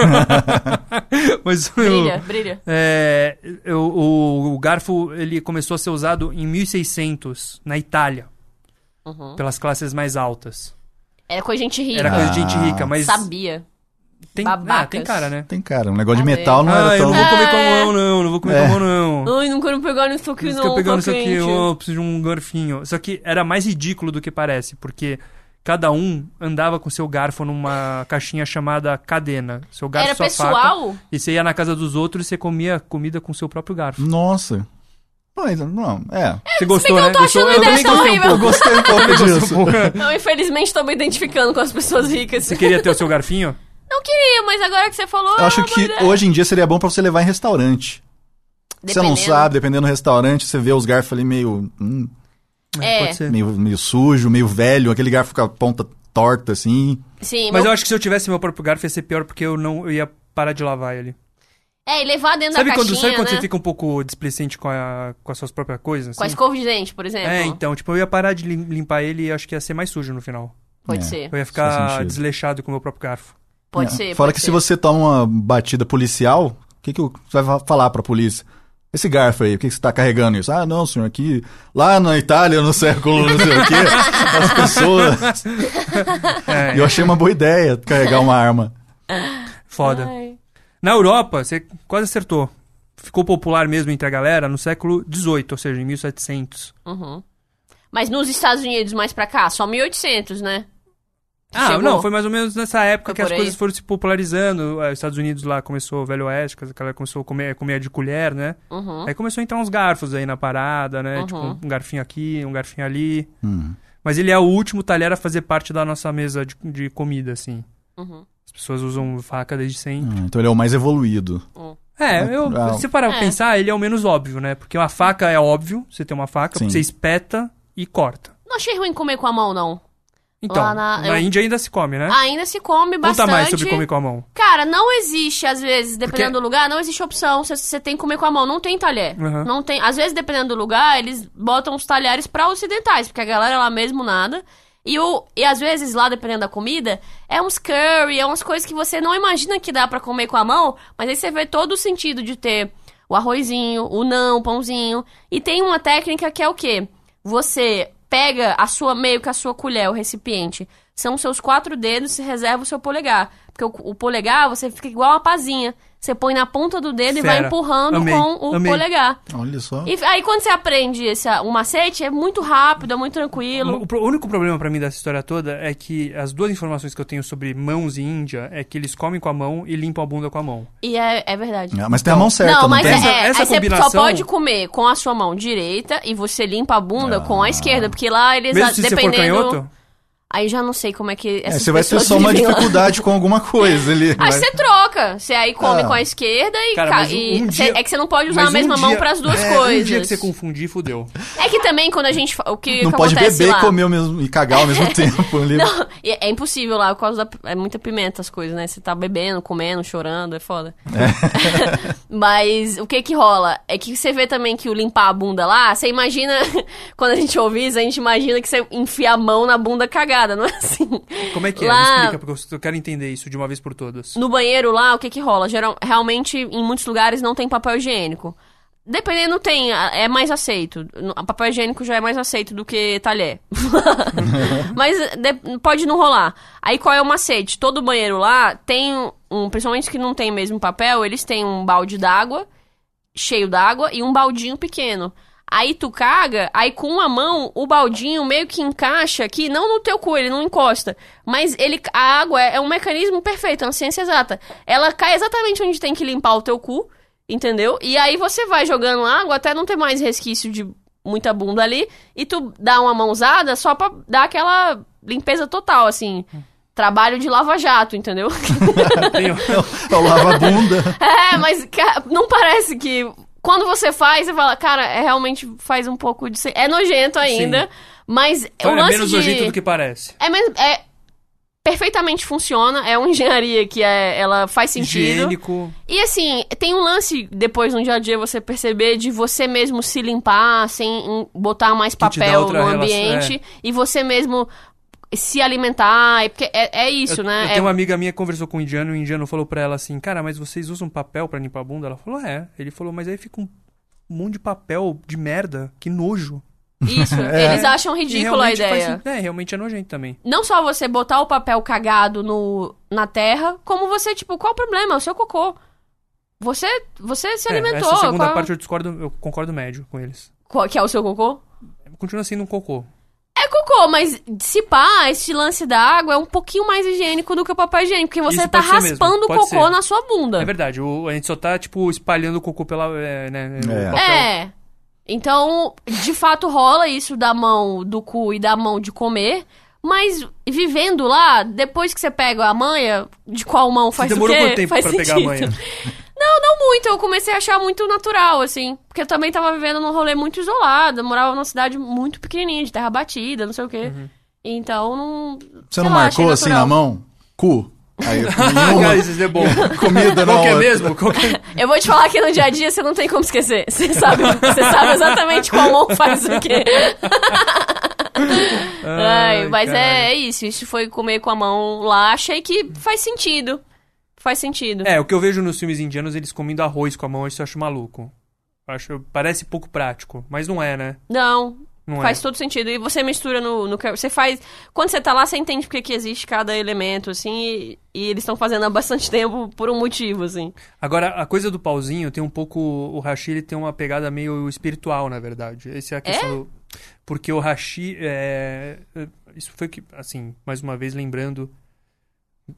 [SPEAKER 4] Mas o-
[SPEAKER 3] brilha, brilha.
[SPEAKER 4] é, eu- o, o garfo ele começou a ser usado em 1600 na Itália
[SPEAKER 3] Uhum.
[SPEAKER 4] pelas classes mais altas.
[SPEAKER 3] Era com a gente rica.
[SPEAKER 4] Era coisa de gente
[SPEAKER 2] Ah.
[SPEAKER 4] rica, mas
[SPEAKER 3] Sabia.
[SPEAKER 4] tem, ah,
[SPEAKER 3] babacas.
[SPEAKER 4] tem cara, né?
[SPEAKER 2] Tem cara, um negócio de
[SPEAKER 3] Ah,
[SPEAKER 2] metal não
[SPEAKER 4] ah,
[SPEAKER 2] era
[SPEAKER 4] eu
[SPEAKER 2] tão...
[SPEAKER 4] não vou comer com
[SPEAKER 3] É.
[SPEAKER 4] a mão, não. Não vou comer
[SPEAKER 2] É.
[SPEAKER 4] com a mão, não.
[SPEAKER 3] Ai, não quero pegar nisso
[SPEAKER 4] Por
[SPEAKER 3] aqui,
[SPEAKER 4] isso
[SPEAKER 3] não.
[SPEAKER 4] que eu pegando isso
[SPEAKER 3] pra
[SPEAKER 4] aqui,
[SPEAKER 3] frente.
[SPEAKER 4] eu preciso de um garfinho. Só que era mais ridículo do que parece, porque cada um andava com seu garfo numa caixinha chamada cadena. Seu garfo,
[SPEAKER 3] Era
[SPEAKER 4] sua faca.
[SPEAKER 3] pessoal?
[SPEAKER 4] E você ia na casa dos outros e você comia comida com seu próprio garfo.
[SPEAKER 2] Nossa. Mas, não, é.
[SPEAKER 4] Você gostou,
[SPEAKER 3] que eu
[SPEAKER 4] né?
[SPEAKER 3] tô
[SPEAKER 4] Gostou? Eu
[SPEAKER 3] achando a
[SPEAKER 4] também
[SPEAKER 3] ideia tão
[SPEAKER 4] gostei um
[SPEAKER 3] horrível.
[SPEAKER 2] Eu gostei um pouco disso.
[SPEAKER 4] pouco.
[SPEAKER 3] Eu, infelizmente, tô me identificando com as pessoas ricas.
[SPEAKER 4] Você queria ter o seu garfinho?
[SPEAKER 3] Não queria, mas agora que você falou.
[SPEAKER 2] Eu acho
[SPEAKER 3] é uma
[SPEAKER 2] que
[SPEAKER 3] boa ideia.
[SPEAKER 2] hoje em dia seria bom pra você levar em restaurante. Você não
[SPEAKER 3] Dependendo.
[SPEAKER 2] sabe, dependendo do restaurante, você vê os garfos ali meio, hum,
[SPEAKER 3] É.
[SPEAKER 4] Pode ser.
[SPEAKER 2] meio, meio sujo, meio velho, aquele garfo com a ponta torta assim.
[SPEAKER 3] Sim,
[SPEAKER 4] Mas
[SPEAKER 3] meu-
[SPEAKER 4] eu acho que se eu tivesse meu próprio garfo ia ser pior porque eu não eu ia parar de lavar ele.
[SPEAKER 3] É, e levar dentro
[SPEAKER 4] Sabe
[SPEAKER 3] da
[SPEAKER 4] quando,
[SPEAKER 3] caixinha,
[SPEAKER 4] sabe quando
[SPEAKER 3] né?
[SPEAKER 4] você fica um pouco displicente com, a, com as suas próprias coisas?
[SPEAKER 3] Com a
[SPEAKER 4] assim?
[SPEAKER 3] escova de dente, por exemplo.
[SPEAKER 4] É, então, tipo, eu ia parar de lim- limpar ele e acho que ia ser mais sujo no final.
[SPEAKER 3] Pode
[SPEAKER 2] É.
[SPEAKER 3] ser,
[SPEAKER 4] Eu ia
[SPEAKER 2] Faz
[SPEAKER 4] ficar
[SPEAKER 2] sentido.
[SPEAKER 4] desleixado com o meu próprio garfo.
[SPEAKER 3] pode
[SPEAKER 2] É.
[SPEAKER 3] ser.
[SPEAKER 2] Fora
[SPEAKER 3] pode
[SPEAKER 2] que
[SPEAKER 3] ser.
[SPEAKER 2] se você toma uma batida policial, o que, que você vai falar pra polícia? Esse garfo aí, o que, que você tá carregando isso? Ah, não, senhor, aqui. Lá na Itália, no século não sei o quê, as pessoas.
[SPEAKER 4] É,
[SPEAKER 2] Eu achei uma boa ideia carregar uma arma.
[SPEAKER 4] foda.
[SPEAKER 3] Ai.
[SPEAKER 4] Na Europa, você quase acertou. Ficou popular mesmo entre a galera no século XVIII, ou seja, em 1700.
[SPEAKER 3] Uhum. Mas nos Estados Unidos, mais pra cá, só 1800, né?
[SPEAKER 4] Ah,
[SPEAKER 3] Chegou.
[SPEAKER 4] não, foi mais ou menos nessa época
[SPEAKER 3] Foi
[SPEAKER 4] que as
[SPEAKER 3] por aí.
[SPEAKER 4] coisas foram se popularizando. Ah, Os Estados Unidos lá começou o Velho Oeste, que a galera começou a comer, comer de colher, né?
[SPEAKER 3] Uhum.
[SPEAKER 4] Aí começou a entrar uns garfos aí na parada, né?
[SPEAKER 3] Uhum.
[SPEAKER 4] Tipo, um garfinho aqui, um garfinho ali.
[SPEAKER 2] Hum.
[SPEAKER 4] Mas ele é o último talher a fazer parte da nossa mesa de, de comida, assim.
[SPEAKER 3] Uhum.
[SPEAKER 4] As pessoas usam faca desde sempre.
[SPEAKER 2] Ah, Então ele é o mais evoluído.
[SPEAKER 4] É,
[SPEAKER 2] Né?
[SPEAKER 4] eu,
[SPEAKER 2] Ah.
[SPEAKER 4] se parar pra
[SPEAKER 3] É.
[SPEAKER 4] pensar, ele é o menos óbvio, né? Porque uma faca é óbvio, você tem uma faca,
[SPEAKER 2] Sim.
[SPEAKER 4] você espeta e corta.
[SPEAKER 3] Não achei ruim comer com a mão, não.
[SPEAKER 4] Então,
[SPEAKER 3] Lá
[SPEAKER 4] na,
[SPEAKER 3] na- eu-
[SPEAKER 4] Índia ainda se come, né?
[SPEAKER 3] Ainda se come
[SPEAKER 4] Conta
[SPEAKER 3] bastante.
[SPEAKER 4] mais sobre comer com a mão.
[SPEAKER 3] Cara, não existe, às vezes, dependendo
[SPEAKER 4] Porque-
[SPEAKER 3] do lugar, não existe opção. Você, você tem que comer com a mão, não tem talher.
[SPEAKER 4] Uhum.
[SPEAKER 3] Não tem. Às vezes, dependendo do lugar, eles botam os talheres pra ocidentais, porque a galera lá mesmo nada. E, o, e às vezes, lá, dependendo da comida, é uns curry, é umas coisas que você não imagina que dá pra comer com a mão, mas aí você vê todo o sentido de ter o arrozinho, o não, o pãozinho. E tem uma técnica que é o quê? Você pega a sua, meio que a sua colher, o recipiente. São os seus quatro dedos, você reserva o seu polegar. Porque o, o polegar, você fica igual uma pazinha. Você põe na ponta do dedo e vai
[SPEAKER 4] Fera.
[SPEAKER 3] empurrando
[SPEAKER 4] Amei.
[SPEAKER 3] com o
[SPEAKER 4] Amei.
[SPEAKER 3] polegar.
[SPEAKER 2] Olha só.
[SPEAKER 3] E aí quando você aprende esse, ah, um macete, é muito rápido, é muito tranquilo.
[SPEAKER 4] O, pro- o único problema pra mim dessa história toda é que as duas informações que eu tenho sobre mãos e Índia é que eles comem com a mão e limpam a bunda com a mão.
[SPEAKER 3] E é, é verdade.
[SPEAKER 2] Ah, mas tem a mão certa, não,
[SPEAKER 3] não, mas
[SPEAKER 2] tem?
[SPEAKER 3] é,
[SPEAKER 4] Essa- essa
[SPEAKER 3] aí você só
[SPEAKER 4] combinação-
[SPEAKER 3] pode comer com a sua mão direita e você limpa a bunda com a esquerda, porque lá eles,
[SPEAKER 4] Mesmo
[SPEAKER 3] ah,
[SPEAKER 4] se você for
[SPEAKER 3] dependendo...
[SPEAKER 4] canhoto?
[SPEAKER 3] Aí já não sei como é que.
[SPEAKER 2] É,
[SPEAKER 3] essas
[SPEAKER 2] você vai ter
[SPEAKER 3] pessoas
[SPEAKER 2] só uma
[SPEAKER 3] vivem lá.
[SPEAKER 2] dificuldade com alguma coisa ali.
[SPEAKER 3] Aí
[SPEAKER 2] vai-
[SPEAKER 3] você troca. Você aí come
[SPEAKER 2] Ah.
[SPEAKER 3] com a esquerda e.
[SPEAKER 4] Cara,
[SPEAKER 3] ca-
[SPEAKER 4] mas um-
[SPEAKER 3] e
[SPEAKER 4] um
[SPEAKER 3] você-
[SPEAKER 4] dia-
[SPEAKER 3] é que você não pode usar
[SPEAKER 4] Mas
[SPEAKER 3] a mesma
[SPEAKER 4] um
[SPEAKER 3] mão
[SPEAKER 4] dia-
[SPEAKER 3] pras duas
[SPEAKER 4] é,
[SPEAKER 3] coisas.
[SPEAKER 4] Um dia que você confundir, fudeu.
[SPEAKER 3] É que também quando a gente. fa- O que,
[SPEAKER 2] Não
[SPEAKER 3] que
[SPEAKER 2] pode
[SPEAKER 3] acontece
[SPEAKER 2] beber,
[SPEAKER 3] lá?
[SPEAKER 2] comer ao mesmo, e cagar ao mesmo tempo ali.
[SPEAKER 3] Não, e é impossível lá, por causa da. É muita pimenta as coisas, né? Você tá bebendo, comendo, chorando, é foda. Mas o que que rola? É que você vê também que o limpar a bunda lá, você imagina. Quando a gente ouve isso, a gente imagina que você enfia a mão na bunda cagada, não é assim?
[SPEAKER 4] Como é que é? Me
[SPEAKER 3] Lá-
[SPEAKER 4] explica, porque eu- eu quero entender isso de uma vez por todas.
[SPEAKER 3] No banheiro lá, o que que rola? Geral, realmente, em muitos lugares não tem papel higiênico. Dependendo, tem, a- é mais aceito. No- a Papel higiênico já é mais aceito do que talher. Mas de- pode não rolar. Aí qual é o macete? Todo banheiro lá tem um- um. Principalmente os que não tem mesmo papel, eles têm um balde d'água cheio d'água e um baldinho pequeno. Aí tu caga, aí com uma mão o baldinho meio que encaixa aqui, não no teu cu, ele não encosta. Mas ele, a água é, é um mecanismo perfeito, é uma ciência exata. Ela cai exatamente onde tem que limpar o teu cu, entendeu? E aí você vai jogando água até não ter mais resquício de muita bunda ali, e tu dá uma mãozada só pra dar aquela limpeza total, assim.
[SPEAKER 4] Hum.
[SPEAKER 3] Trabalho de lava-jato, entendeu?
[SPEAKER 4] Tem-
[SPEAKER 2] Eu lavo a bunda.
[SPEAKER 3] É, mas ca- não parece que. Quando você faz, você fala, cara, é realmente faz um pouco de. sen- É nojento ainda, mas o
[SPEAKER 4] é
[SPEAKER 3] um lance
[SPEAKER 4] menos
[SPEAKER 3] de...
[SPEAKER 4] nojento do que parece.
[SPEAKER 3] É, men- é- perfeitamente funciona, é uma engenharia que é, ela faz sentido.
[SPEAKER 4] Higiênico.
[SPEAKER 3] E assim, tem um lance depois no dia a dia você perceber de você mesmo se limpar, sem em- botar mais
[SPEAKER 4] te dá
[SPEAKER 3] papel
[SPEAKER 4] outra
[SPEAKER 3] no
[SPEAKER 4] relação, é.
[SPEAKER 3] ambiente, e você mesmo se alimentar, e porque é, é isso,
[SPEAKER 4] Eu-
[SPEAKER 3] né?
[SPEAKER 4] Eu
[SPEAKER 3] É-
[SPEAKER 4] tenho uma amiga minha que conversou com um indiano e o indiano falou pra ela assim: Cara, mas vocês usam papel pra limpar a bunda? Ela falou: É. Ele falou: Mas aí fica um monte de papel de merda, que nojo.
[SPEAKER 3] Isso, eles acham ridícula a
[SPEAKER 4] É. realmente faz
[SPEAKER 3] ideia.
[SPEAKER 4] sen- é, realmente é nojento também.
[SPEAKER 3] não só você botar o papel cagado no, na terra, como você, tipo, qual o problema? O seu cocô. Você, você se
[SPEAKER 4] É,
[SPEAKER 3] alimentou.
[SPEAKER 4] Essa segunda
[SPEAKER 3] qual-
[SPEAKER 4] parte eu discordo, eu concordo médio com eles.
[SPEAKER 3] qual que é o seu cocô?
[SPEAKER 4] Continua sendo um cocô.
[SPEAKER 3] É cocô, mas se pá, esse lance da água é um pouquinho mais higiênico do que o papel higiênico, porque você
[SPEAKER 4] Isso
[SPEAKER 3] tá
[SPEAKER 4] pode ser mesmo,
[SPEAKER 3] raspando o
[SPEAKER 4] pode
[SPEAKER 3] cocô
[SPEAKER 4] ser.
[SPEAKER 3] na sua bunda.
[SPEAKER 4] É verdade, o- a gente só tá, tipo, espalhando o cocô pela. É, né,
[SPEAKER 2] É.
[SPEAKER 4] o papel.
[SPEAKER 3] É. Então, de fato rola isso da mão do cu e da mão de comer, mas vivendo lá, depois que você pega a manha, de qual mão faz
[SPEAKER 4] demorou
[SPEAKER 3] o quê?
[SPEAKER 4] quanto tempo
[SPEAKER 3] faz
[SPEAKER 4] pra pegar a
[SPEAKER 3] sentido.
[SPEAKER 4] manha?
[SPEAKER 3] Não, não muito, eu comecei a achar muito natural, assim, porque eu também tava vivendo num rolê muito isolado, eu morava numa cidade muito pequenininha, de terra batida, não sei o quê.
[SPEAKER 4] Uhum.
[SPEAKER 3] Então, não...
[SPEAKER 2] Você
[SPEAKER 3] sei
[SPEAKER 2] não
[SPEAKER 3] lá, achei
[SPEAKER 2] marcou assim na
[SPEAKER 3] natural.
[SPEAKER 2] mão? Cu. Aí,
[SPEAKER 4] Ah,
[SPEAKER 2] nenhuma
[SPEAKER 4] isso é bom.
[SPEAKER 2] comida na
[SPEAKER 4] Qual que é
[SPEAKER 2] hora.
[SPEAKER 4] mesmo? Qual que é-
[SPEAKER 3] Eu vou te falar que no dia a dia você não tem como esquecer. Você sabe, você sabe exatamente qual mão faz o quê. Ai, mas
[SPEAKER 4] caralho.
[SPEAKER 3] é, é isso. Isso foi comer com a mão lá. Achei que faz sentido. Faz sentido.
[SPEAKER 4] É, o que eu vejo nos filmes indianos, eles comendo arroz com a mão, isso eu acho maluco. Eu Acho, parece pouco prático, mas não é, né?
[SPEAKER 3] Não,
[SPEAKER 4] Não
[SPEAKER 3] faz
[SPEAKER 4] é.
[SPEAKER 3] todo sentido. E você mistura no, no. que- Você faz. Quando você tá lá, você entende porque que existe cada elemento, assim. E, e eles estão fazendo há bastante tempo por um motivo, assim.
[SPEAKER 4] Agora, a coisa do pauzinho tem um pouco. O hashi ele tem uma pegada meio espiritual, na verdade. Essa é a questão do. Porque o hashi. É... é, Isso foi que. Assim, mais uma vez lembrando.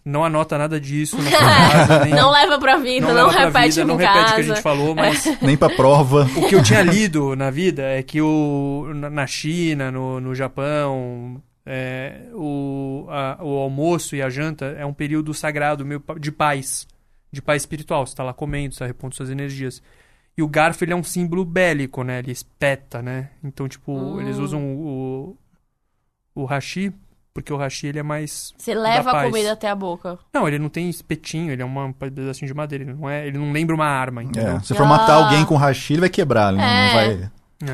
[SPEAKER 4] Não anota nada disso na sua casa, nem.
[SPEAKER 3] Não leva pra vida, não,
[SPEAKER 4] leva pra
[SPEAKER 3] repete
[SPEAKER 4] vida,
[SPEAKER 3] É. em
[SPEAKER 4] É. não
[SPEAKER 3] casa.
[SPEAKER 4] repete o que a gente falou, mas
[SPEAKER 2] Nem pra prova.
[SPEAKER 4] o que eu tinha lido na vida é que o, na- na China, no, no Japão, é, o, a- o almoço e a janta é um período sagrado meio pa- de paz, de paz espiritual. Você tá lá comendo, você tá repondo suas energias. E o garfo, ele é um símbolo bélico, né? Ele espeta, né? Então, tipo,
[SPEAKER 3] Hum.
[SPEAKER 4] eles usam o, o hashi, porque o hashi, ele é mais
[SPEAKER 3] Você leva a
[SPEAKER 4] paz.
[SPEAKER 3] comida até a boca.
[SPEAKER 4] não, ele não tem espetinho, ele é uma- um pedacinho de madeira, ele não, é, ele não lembra uma arma, entendeu?
[SPEAKER 2] É, se for
[SPEAKER 3] Ah.
[SPEAKER 2] matar alguém com rachi, ele vai quebrar. Ele
[SPEAKER 3] É.
[SPEAKER 2] não vai...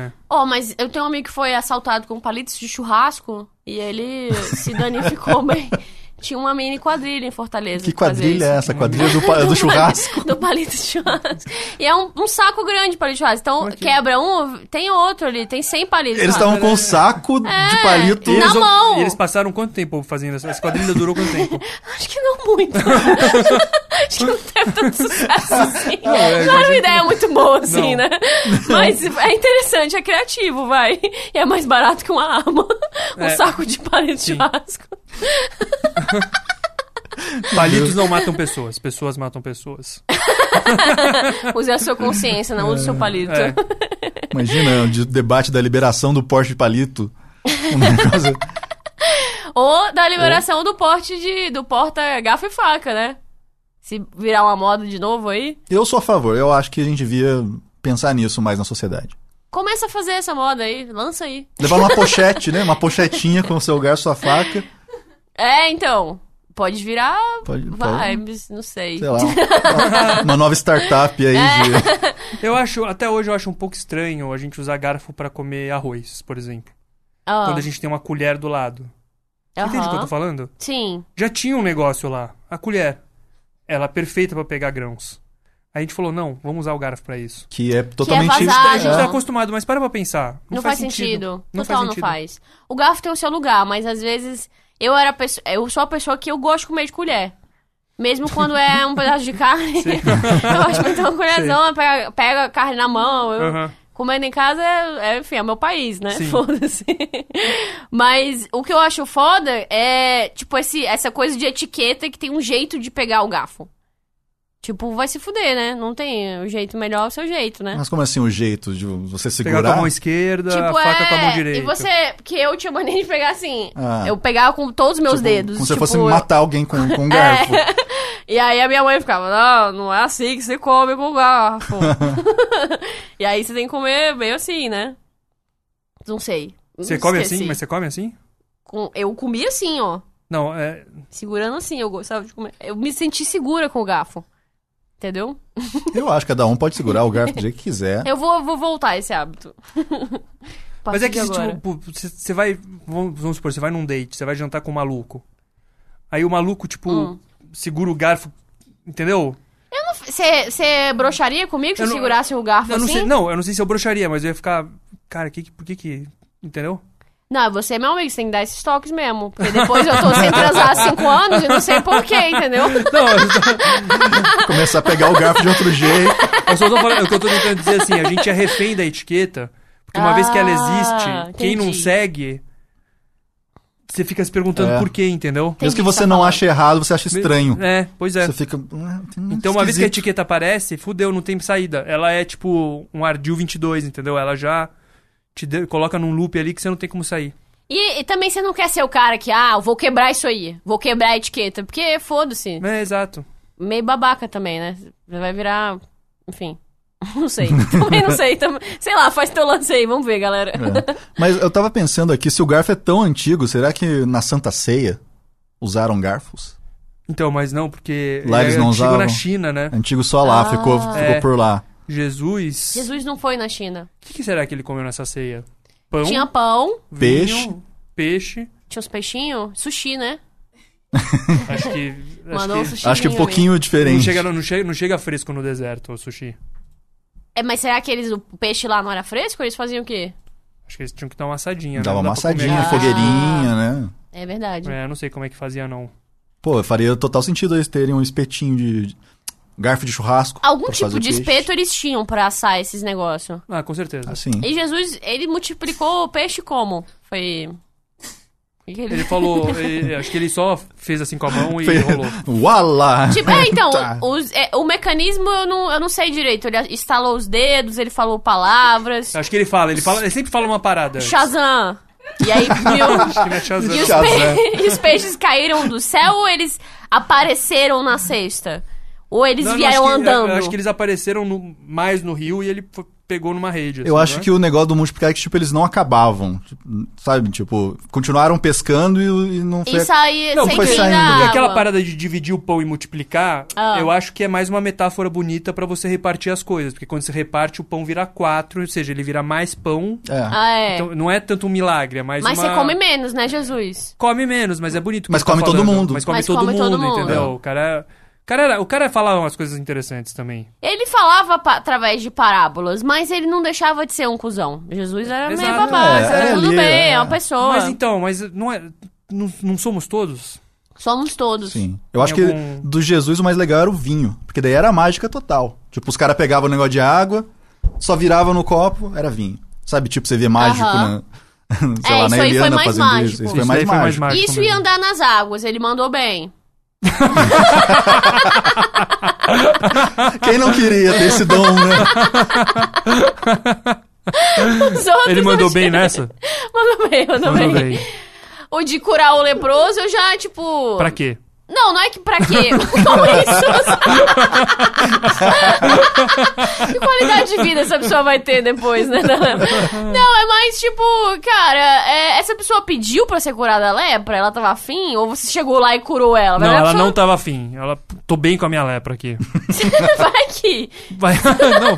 [SPEAKER 4] É.
[SPEAKER 3] Oh, mas eu tenho um amigo que foi assaltado com palitos de churrasco e ele se danificou bem. Tinha uma mini quadrilha em Fortaleza.
[SPEAKER 2] Que
[SPEAKER 3] que fazia
[SPEAKER 2] quadrilha
[SPEAKER 3] isso.
[SPEAKER 2] é essa? Quadrilha do, pa- do churrasco?
[SPEAKER 3] Do palito de churrasco. E é um, um saco grande de palito de churrasco. Então, quebra um, tem outro ali, tem 100 palitos.
[SPEAKER 2] Eles
[SPEAKER 3] lá.
[SPEAKER 2] estavam com um saco
[SPEAKER 3] É,
[SPEAKER 2] de palito.
[SPEAKER 3] E Na
[SPEAKER 4] eles, vão-
[SPEAKER 3] mão!
[SPEAKER 4] e eles passaram quanto tempo fazendo essa, essa quadrilha durou quanto tempo?
[SPEAKER 3] Acho que não muito. Acho que não teve tanto sucesso assim. Não,
[SPEAKER 4] é,
[SPEAKER 3] era uma ideia muito boa, assim,
[SPEAKER 4] Não.
[SPEAKER 3] né? Mas é interessante, é criativo, vai. E é mais barato que uma arma. Um
[SPEAKER 4] É.
[SPEAKER 3] saco de palito de
[SPEAKER 4] Sim.
[SPEAKER 3] churrasco.
[SPEAKER 4] Palitos não matam pessoas, pessoas matam pessoas.
[SPEAKER 3] Use a sua consciência, não use o seu palito.
[SPEAKER 4] É.
[SPEAKER 2] Imagina o de- debate da liberação do porte de palito. Um negócio-
[SPEAKER 3] Ou da liberação do porte de. do porta garfo e faca, né? Se virar uma moda de novo aí.
[SPEAKER 2] Eu sou a favor, eu acho que a gente devia pensar nisso mais na sociedade.
[SPEAKER 3] Começa a fazer essa moda aí, lança aí.
[SPEAKER 2] Levar uma pochete, né? Uma pochetinha com o seu garfo, sua faca.
[SPEAKER 3] É, então. Pode virar
[SPEAKER 2] Pode, pode
[SPEAKER 3] vibes, não sei.
[SPEAKER 2] sei lá, uma nova startup aí
[SPEAKER 3] É.
[SPEAKER 2] de...
[SPEAKER 4] Eu acho, até hoje eu acho um pouco estranho a gente usar garfo pra comer arroz, por exemplo.
[SPEAKER 3] Ah,
[SPEAKER 4] Quando a gente tem uma colher do lado. Você Entende o que eu
[SPEAKER 3] aham.
[SPEAKER 4] tô falando?
[SPEAKER 3] Sim.
[SPEAKER 4] Já tinha um negócio lá, a colher. Ela é perfeita pra pegar grãos. Aí a gente falou, não, vamos usar o garfo pra isso.
[SPEAKER 2] Que é totalmente...
[SPEAKER 3] vazar,
[SPEAKER 4] A gente
[SPEAKER 3] É.
[SPEAKER 4] tá acostumado, mas para pra pensar. Não,
[SPEAKER 3] Não, faz, sentido.
[SPEAKER 4] Não
[SPEAKER 3] Total
[SPEAKER 4] faz
[SPEAKER 3] não
[SPEAKER 4] sentido.
[SPEAKER 3] faz. O garfo tem o seu lugar, mas às vezes eu era a pesso- eu sou a pessoa que eu gosto de comer de colher. Mesmo quando é um pedaço de carne, eu gosto de então, um meter uma colherzona, pega, pega a carne na mão. Eu,
[SPEAKER 4] Aham.
[SPEAKER 3] Comendo em casa é, é, enfim, é meu país, né?
[SPEAKER 4] Sim.
[SPEAKER 3] Foda-se. Mas o que eu acho foda é, tipo, esse, essa coisa de etiqueta que tem um jeito de pegar o garfo. Tipo, vai se fuder, né? Não tem o jeito melhor, é o seu jeito, né?
[SPEAKER 2] Mas como assim o jeito de você
[SPEAKER 4] Pegar um com a
[SPEAKER 2] segurar?
[SPEAKER 4] mão esquerda,
[SPEAKER 3] tipo,
[SPEAKER 4] a faca
[SPEAKER 3] é...
[SPEAKER 4] com a mão direita.
[SPEAKER 3] E você, porque eu tinha mania de pegar assim.
[SPEAKER 2] Ah.
[SPEAKER 3] Eu pegava com todos os meus
[SPEAKER 2] Tipo,
[SPEAKER 3] dedos.
[SPEAKER 2] Como se eu
[SPEAKER 3] tipo, É.
[SPEAKER 2] fosse matar alguém com, com um garfo.
[SPEAKER 3] E aí a minha mãe ficava, não, não é assim que se come com garfo. e aí você tem que comer meio assim, né? Não sei.
[SPEAKER 4] Você come
[SPEAKER 3] Esqueci.
[SPEAKER 4] assim? Mas você come assim?
[SPEAKER 3] Com- Eu comia assim, ó.
[SPEAKER 4] Não, é.
[SPEAKER 3] Segurando assim, eu gostava de comer. Eu me senti segura com o garfo. Entendeu?
[SPEAKER 2] Eu acho que cada um pode segurar o garfo do jeito que quiser.
[SPEAKER 3] Eu vou, vou voltar a esse hábito. A
[SPEAKER 4] Mas é
[SPEAKER 3] partir
[SPEAKER 4] que
[SPEAKER 3] de
[SPEAKER 4] se,
[SPEAKER 3] agora.
[SPEAKER 4] tipo, você você vai. Vamos vamos supor, você vai num date, você vai jantar com um maluco. Aí o maluco, tipo,
[SPEAKER 3] Hum.
[SPEAKER 4] segura o garfo. Entendeu?
[SPEAKER 3] Você você broxaria comigo se
[SPEAKER 4] Eu
[SPEAKER 3] eu
[SPEAKER 4] não-
[SPEAKER 3] segurasse o garfo
[SPEAKER 4] Eu não,
[SPEAKER 3] assim?
[SPEAKER 4] sei, não, eu não sei se eu broxaria, mas eu ia ficar. Cara, que, que- por que que. Entendeu?
[SPEAKER 3] Não, você é meu amigo, você tem que dar esses toques mesmo. Porque depois eu tô sem transar há cinco anos e não sei porquê, entendeu?
[SPEAKER 4] Não, eu só,
[SPEAKER 2] Começar a pegar o garfo de outro jeito.
[SPEAKER 4] eu só tô falando. O que eu tô tentando dizer assim, a gente é refém da etiqueta, porque uma vez que ela existe,
[SPEAKER 3] Ah,
[SPEAKER 4] quem não
[SPEAKER 3] entendi.
[SPEAKER 4] segue, você fica se perguntando
[SPEAKER 2] É.
[SPEAKER 4] por quê, entendeu?
[SPEAKER 3] Entendi
[SPEAKER 2] Mesmo que
[SPEAKER 3] o que
[SPEAKER 2] você
[SPEAKER 3] tá
[SPEAKER 2] não
[SPEAKER 3] falando.
[SPEAKER 2] ache errado, você acha estranho.
[SPEAKER 4] É, pois é.
[SPEAKER 2] Você fica. "Ah, tem um
[SPEAKER 4] Então, uma vez que
[SPEAKER 2] esquisito."
[SPEAKER 4] a etiqueta aparece, fudeu, não tem saída. Ela é tipo um Ardil 22, entendeu? Ela já te deu- coloca num loop ali que você não tem como sair.
[SPEAKER 3] E, e também você não quer ser o cara que, ah, eu vou quebrar isso aí, vou quebrar a etiqueta. Porque foda-se.
[SPEAKER 4] É, exato.
[SPEAKER 3] Meio babaca também, né? Você Vai virar. Enfim. Não sei. Também não sei. Tam... Sei lá, faz teu lance aí, vamos ver, galera.
[SPEAKER 2] É. Mas eu tava pensando aqui, se o garfo é tão antigo, será que na Santa Ceia usaram garfos?
[SPEAKER 4] Então, mas não, porque
[SPEAKER 2] Lá
[SPEAKER 4] ele
[SPEAKER 2] eles
[SPEAKER 4] é
[SPEAKER 2] não
[SPEAKER 4] antigo
[SPEAKER 2] usavam. É.
[SPEAKER 4] na China, né?
[SPEAKER 2] Antigo só lá,
[SPEAKER 3] Ah.
[SPEAKER 2] ficou, ficou
[SPEAKER 4] É.
[SPEAKER 2] por lá.
[SPEAKER 4] Jesus. O
[SPEAKER 3] Jesus não foi na China.
[SPEAKER 4] que, que será que ele comeu nessa ceia? Pão,
[SPEAKER 3] Tinha pão,
[SPEAKER 4] vinho,
[SPEAKER 2] peixe.
[SPEAKER 4] peixe.
[SPEAKER 3] tinha uns peixinhos, sushi, né?
[SPEAKER 4] Acho que. acho
[SPEAKER 3] Mandou um
[SPEAKER 4] que
[SPEAKER 3] sushi.
[SPEAKER 2] Acho que um pouquinho
[SPEAKER 4] não,
[SPEAKER 2] diferente.
[SPEAKER 4] chega, não, chega, não chega fresco no deserto, o sushi.
[SPEAKER 3] É, mas será que eles, o peixe lá não era fresco? Eles faziam o quê?
[SPEAKER 4] Acho que eles tinham que dar uma assadinha,
[SPEAKER 2] Dava uma
[SPEAKER 4] né? Não dá pra comer.
[SPEAKER 2] assadinha,
[SPEAKER 3] Ah.
[SPEAKER 2] fogueirinha, né?
[SPEAKER 3] É verdade.
[SPEAKER 4] É, não sei como é que fazia, não.
[SPEAKER 2] Pô, faria total sentido eles terem um espetinho de. de- garfo de churrasco.
[SPEAKER 3] Algum
[SPEAKER 2] pra
[SPEAKER 3] tipo
[SPEAKER 2] fazer
[SPEAKER 3] de
[SPEAKER 2] peixe.
[SPEAKER 3] espeto eles tinham pra assar esses negócios.
[SPEAKER 4] Ah, com certeza.
[SPEAKER 2] Assim.
[SPEAKER 3] E Jesus, ele multiplicou o peixe como? Foi. O que que ele-
[SPEAKER 4] Ele falou. ele- acho que ele só fez assim com a mão e rolou.
[SPEAKER 2] Uala!
[SPEAKER 3] Tipo, é, então,
[SPEAKER 2] Tá.
[SPEAKER 3] os- é, o mecanismo eu não, eu não sei direito. Ele estalou os dedos, ele falou palavras.
[SPEAKER 4] Acho que ele fala, ele fala, ele sempre fala uma parada. antes.
[SPEAKER 3] Shazam! E aí viu.
[SPEAKER 4] Acho que não é Shazam.
[SPEAKER 3] Ah, E os,
[SPEAKER 2] Shazam.
[SPEAKER 3] pe- e os peixes caíram do céu ou eles apareceram na cesta? Ou eles
[SPEAKER 4] Não, não, acho
[SPEAKER 3] vieram
[SPEAKER 4] que- eu- eu
[SPEAKER 3] andando?
[SPEAKER 4] Acho que eles apareceram no- mais no rio e ele foi- pegou numa rede.
[SPEAKER 2] Eu
[SPEAKER 4] assim,
[SPEAKER 2] acho
[SPEAKER 4] né?
[SPEAKER 2] que o negócio do multiplicar é que, tipo, eles não acabavam. Tipo, Sabe? Tipo, continuaram pescando e, e não foi.
[SPEAKER 3] E saí,
[SPEAKER 4] Não,
[SPEAKER 3] sem
[SPEAKER 2] foi
[SPEAKER 3] fim
[SPEAKER 2] saindo.
[SPEAKER 3] da
[SPEAKER 4] E
[SPEAKER 3] água.
[SPEAKER 4] aquela parada de dividir o pão e multiplicar,
[SPEAKER 3] Ah.
[SPEAKER 4] eu acho que é mais uma metáfora bonita pra você repartir as coisas. Porque quando você reparte, o pão vira quatro, ou seja, ele vira mais pão.
[SPEAKER 2] É.
[SPEAKER 3] Ah, é.
[SPEAKER 4] Então, não é tanto um milagre, é mais
[SPEAKER 3] Mas
[SPEAKER 4] uma...
[SPEAKER 3] você come menos, né, Jesus?
[SPEAKER 4] Come menos, mas é bonito. o que
[SPEAKER 2] Mas
[SPEAKER 4] ele tá
[SPEAKER 2] come todo
[SPEAKER 4] falando.
[SPEAKER 2] mundo.
[SPEAKER 4] Mas come,
[SPEAKER 3] Mas
[SPEAKER 4] todo,
[SPEAKER 3] come
[SPEAKER 4] mundo,
[SPEAKER 3] todo mundo.
[SPEAKER 4] entendeu?
[SPEAKER 2] É.
[SPEAKER 4] O cara... o cara era- o cara falava umas coisas interessantes também.
[SPEAKER 3] Ele falava pa- através de parábolas, mas ele não deixava de ser um cuzão. Jesus era meio
[SPEAKER 4] Exato.
[SPEAKER 3] babaca,
[SPEAKER 2] É, é
[SPEAKER 3] tudo
[SPEAKER 2] ali,
[SPEAKER 3] bem,
[SPEAKER 2] é.
[SPEAKER 3] é, uma pessoa.
[SPEAKER 4] Mas então, mas não é... Não, não somos todos?
[SPEAKER 3] Somos todos.
[SPEAKER 2] Sim. Eu acho
[SPEAKER 4] Em
[SPEAKER 2] que
[SPEAKER 4] algum-
[SPEAKER 2] do Jesus o mais legal era o vinho. Porque daí era a mágica total. Tipo, os caras pegavam o negócio de água, só virava no copo, era vinho. Sabe, tipo, você vê mágico
[SPEAKER 3] Aham.
[SPEAKER 2] na. Sei
[SPEAKER 3] É,
[SPEAKER 2] lá,
[SPEAKER 3] isso
[SPEAKER 2] na
[SPEAKER 3] aí foi
[SPEAKER 2] Eliana
[SPEAKER 3] mais
[SPEAKER 2] fazendo
[SPEAKER 3] mágico.
[SPEAKER 2] isso. Isso foi
[SPEAKER 4] Isso
[SPEAKER 2] mais
[SPEAKER 4] daí foi mais
[SPEAKER 2] mágico.
[SPEAKER 4] mágico
[SPEAKER 3] Isso e
[SPEAKER 4] mesmo.
[SPEAKER 3] andar nas águas, ele mandou bem.
[SPEAKER 2] Quem não queria ter esse dom, né?
[SPEAKER 3] Os outros
[SPEAKER 4] Ele mandou
[SPEAKER 3] não
[SPEAKER 4] bem
[SPEAKER 3] tinham.
[SPEAKER 4] nessa?
[SPEAKER 3] Mandou bem, mandou,
[SPEAKER 4] Mandou
[SPEAKER 3] bem.
[SPEAKER 4] bem.
[SPEAKER 3] o de curar o leproso, eu já, tipo.
[SPEAKER 4] Pra quê?
[SPEAKER 3] Não, não é que pra quê? Como isso? que qualidade de vida essa pessoa vai ter depois, né? Não, é mais tipo, cara, é, essa pessoa pediu pra ser curada da lepra? Ela tava afim? Ou você chegou lá e curou ela? Vai
[SPEAKER 4] Não,
[SPEAKER 3] ver a
[SPEAKER 4] ela
[SPEAKER 3] pessoa-
[SPEAKER 4] não tava afim. Ela, tô bem com a minha lepra aqui.
[SPEAKER 3] Vai que.
[SPEAKER 4] Vai, não,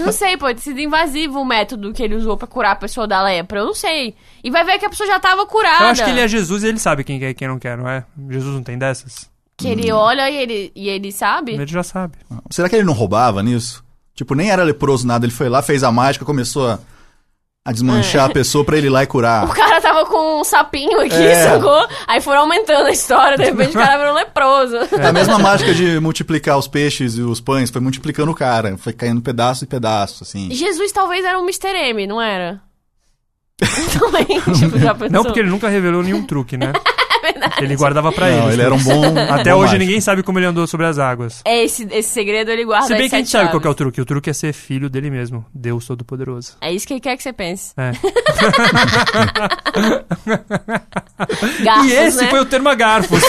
[SPEAKER 3] Eu não sei, pode ter sido invasivo o método que ele usou pra curar a pessoa da lepra. Eu não sei. E vai ver que a pessoa já tava curada.
[SPEAKER 4] eu acho que ele é Jesus e ele sabe quem quer e quem não quer, não é? Jesus não tem dessas?
[SPEAKER 3] Que
[SPEAKER 4] Hum.
[SPEAKER 3] ele olha e ele, e ele sabe.
[SPEAKER 4] Ele já sabe.
[SPEAKER 2] Será que ele não roubava nisso? Tipo, nem era leproso nada, ele foi lá, fez a mágica, começou a, a desmanchar a pessoa pra ele ir lá e
[SPEAKER 3] É. O
[SPEAKER 2] curar.
[SPEAKER 3] cara tava com um sapinho aqui,
[SPEAKER 2] É.
[SPEAKER 3] sacou? Aí foram aumentando a história, de repente o cara virou leproso.
[SPEAKER 2] É A mesma mágica de multiplicar os peixes e os pães foi multiplicando o cara, foi caindo pedaço e pedaço, assim.
[SPEAKER 3] Jesus talvez era um Mr. M, não era? Também, tipo, já pensou?
[SPEAKER 4] Não, porque ele nunca revelou nenhum truque, né?
[SPEAKER 3] É
[SPEAKER 4] Ele guardava pra
[SPEAKER 2] Não,
[SPEAKER 4] ele.
[SPEAKER 2] ele era um bom.
[SPEAKER 4] Até
[SPEAKER 2] bom
[SPEAKER 4] hoje
[SPEAKER 2] mágico.
[SPEAKER 4] ninguém sabe como ele andou sobre as águas.
[SPEAKER 3] É, Esse, esse segredo ele guarda
[SPEAKER 4] Se bem
[SPEAKER 3] as
[SPEAKER 4] que a gente
[SPEAKER 3] Ah, sete
[SPEAKER 4] sabe qual
[SPEAKER 3] chaves.
[SPEAKER 4] que é o truque. O truque é ser filho dele mesmo, Deus Todo-Poderoso.
[SPEAKER 3] É isso que ele quer que você pense.
[SPEAKER 4] É.
[SPEAKER 3] Garfos,
[SPEAKER 4] e esse
[SPEAKER 3] né?
[SPEAKER 4] foi o termo garfos.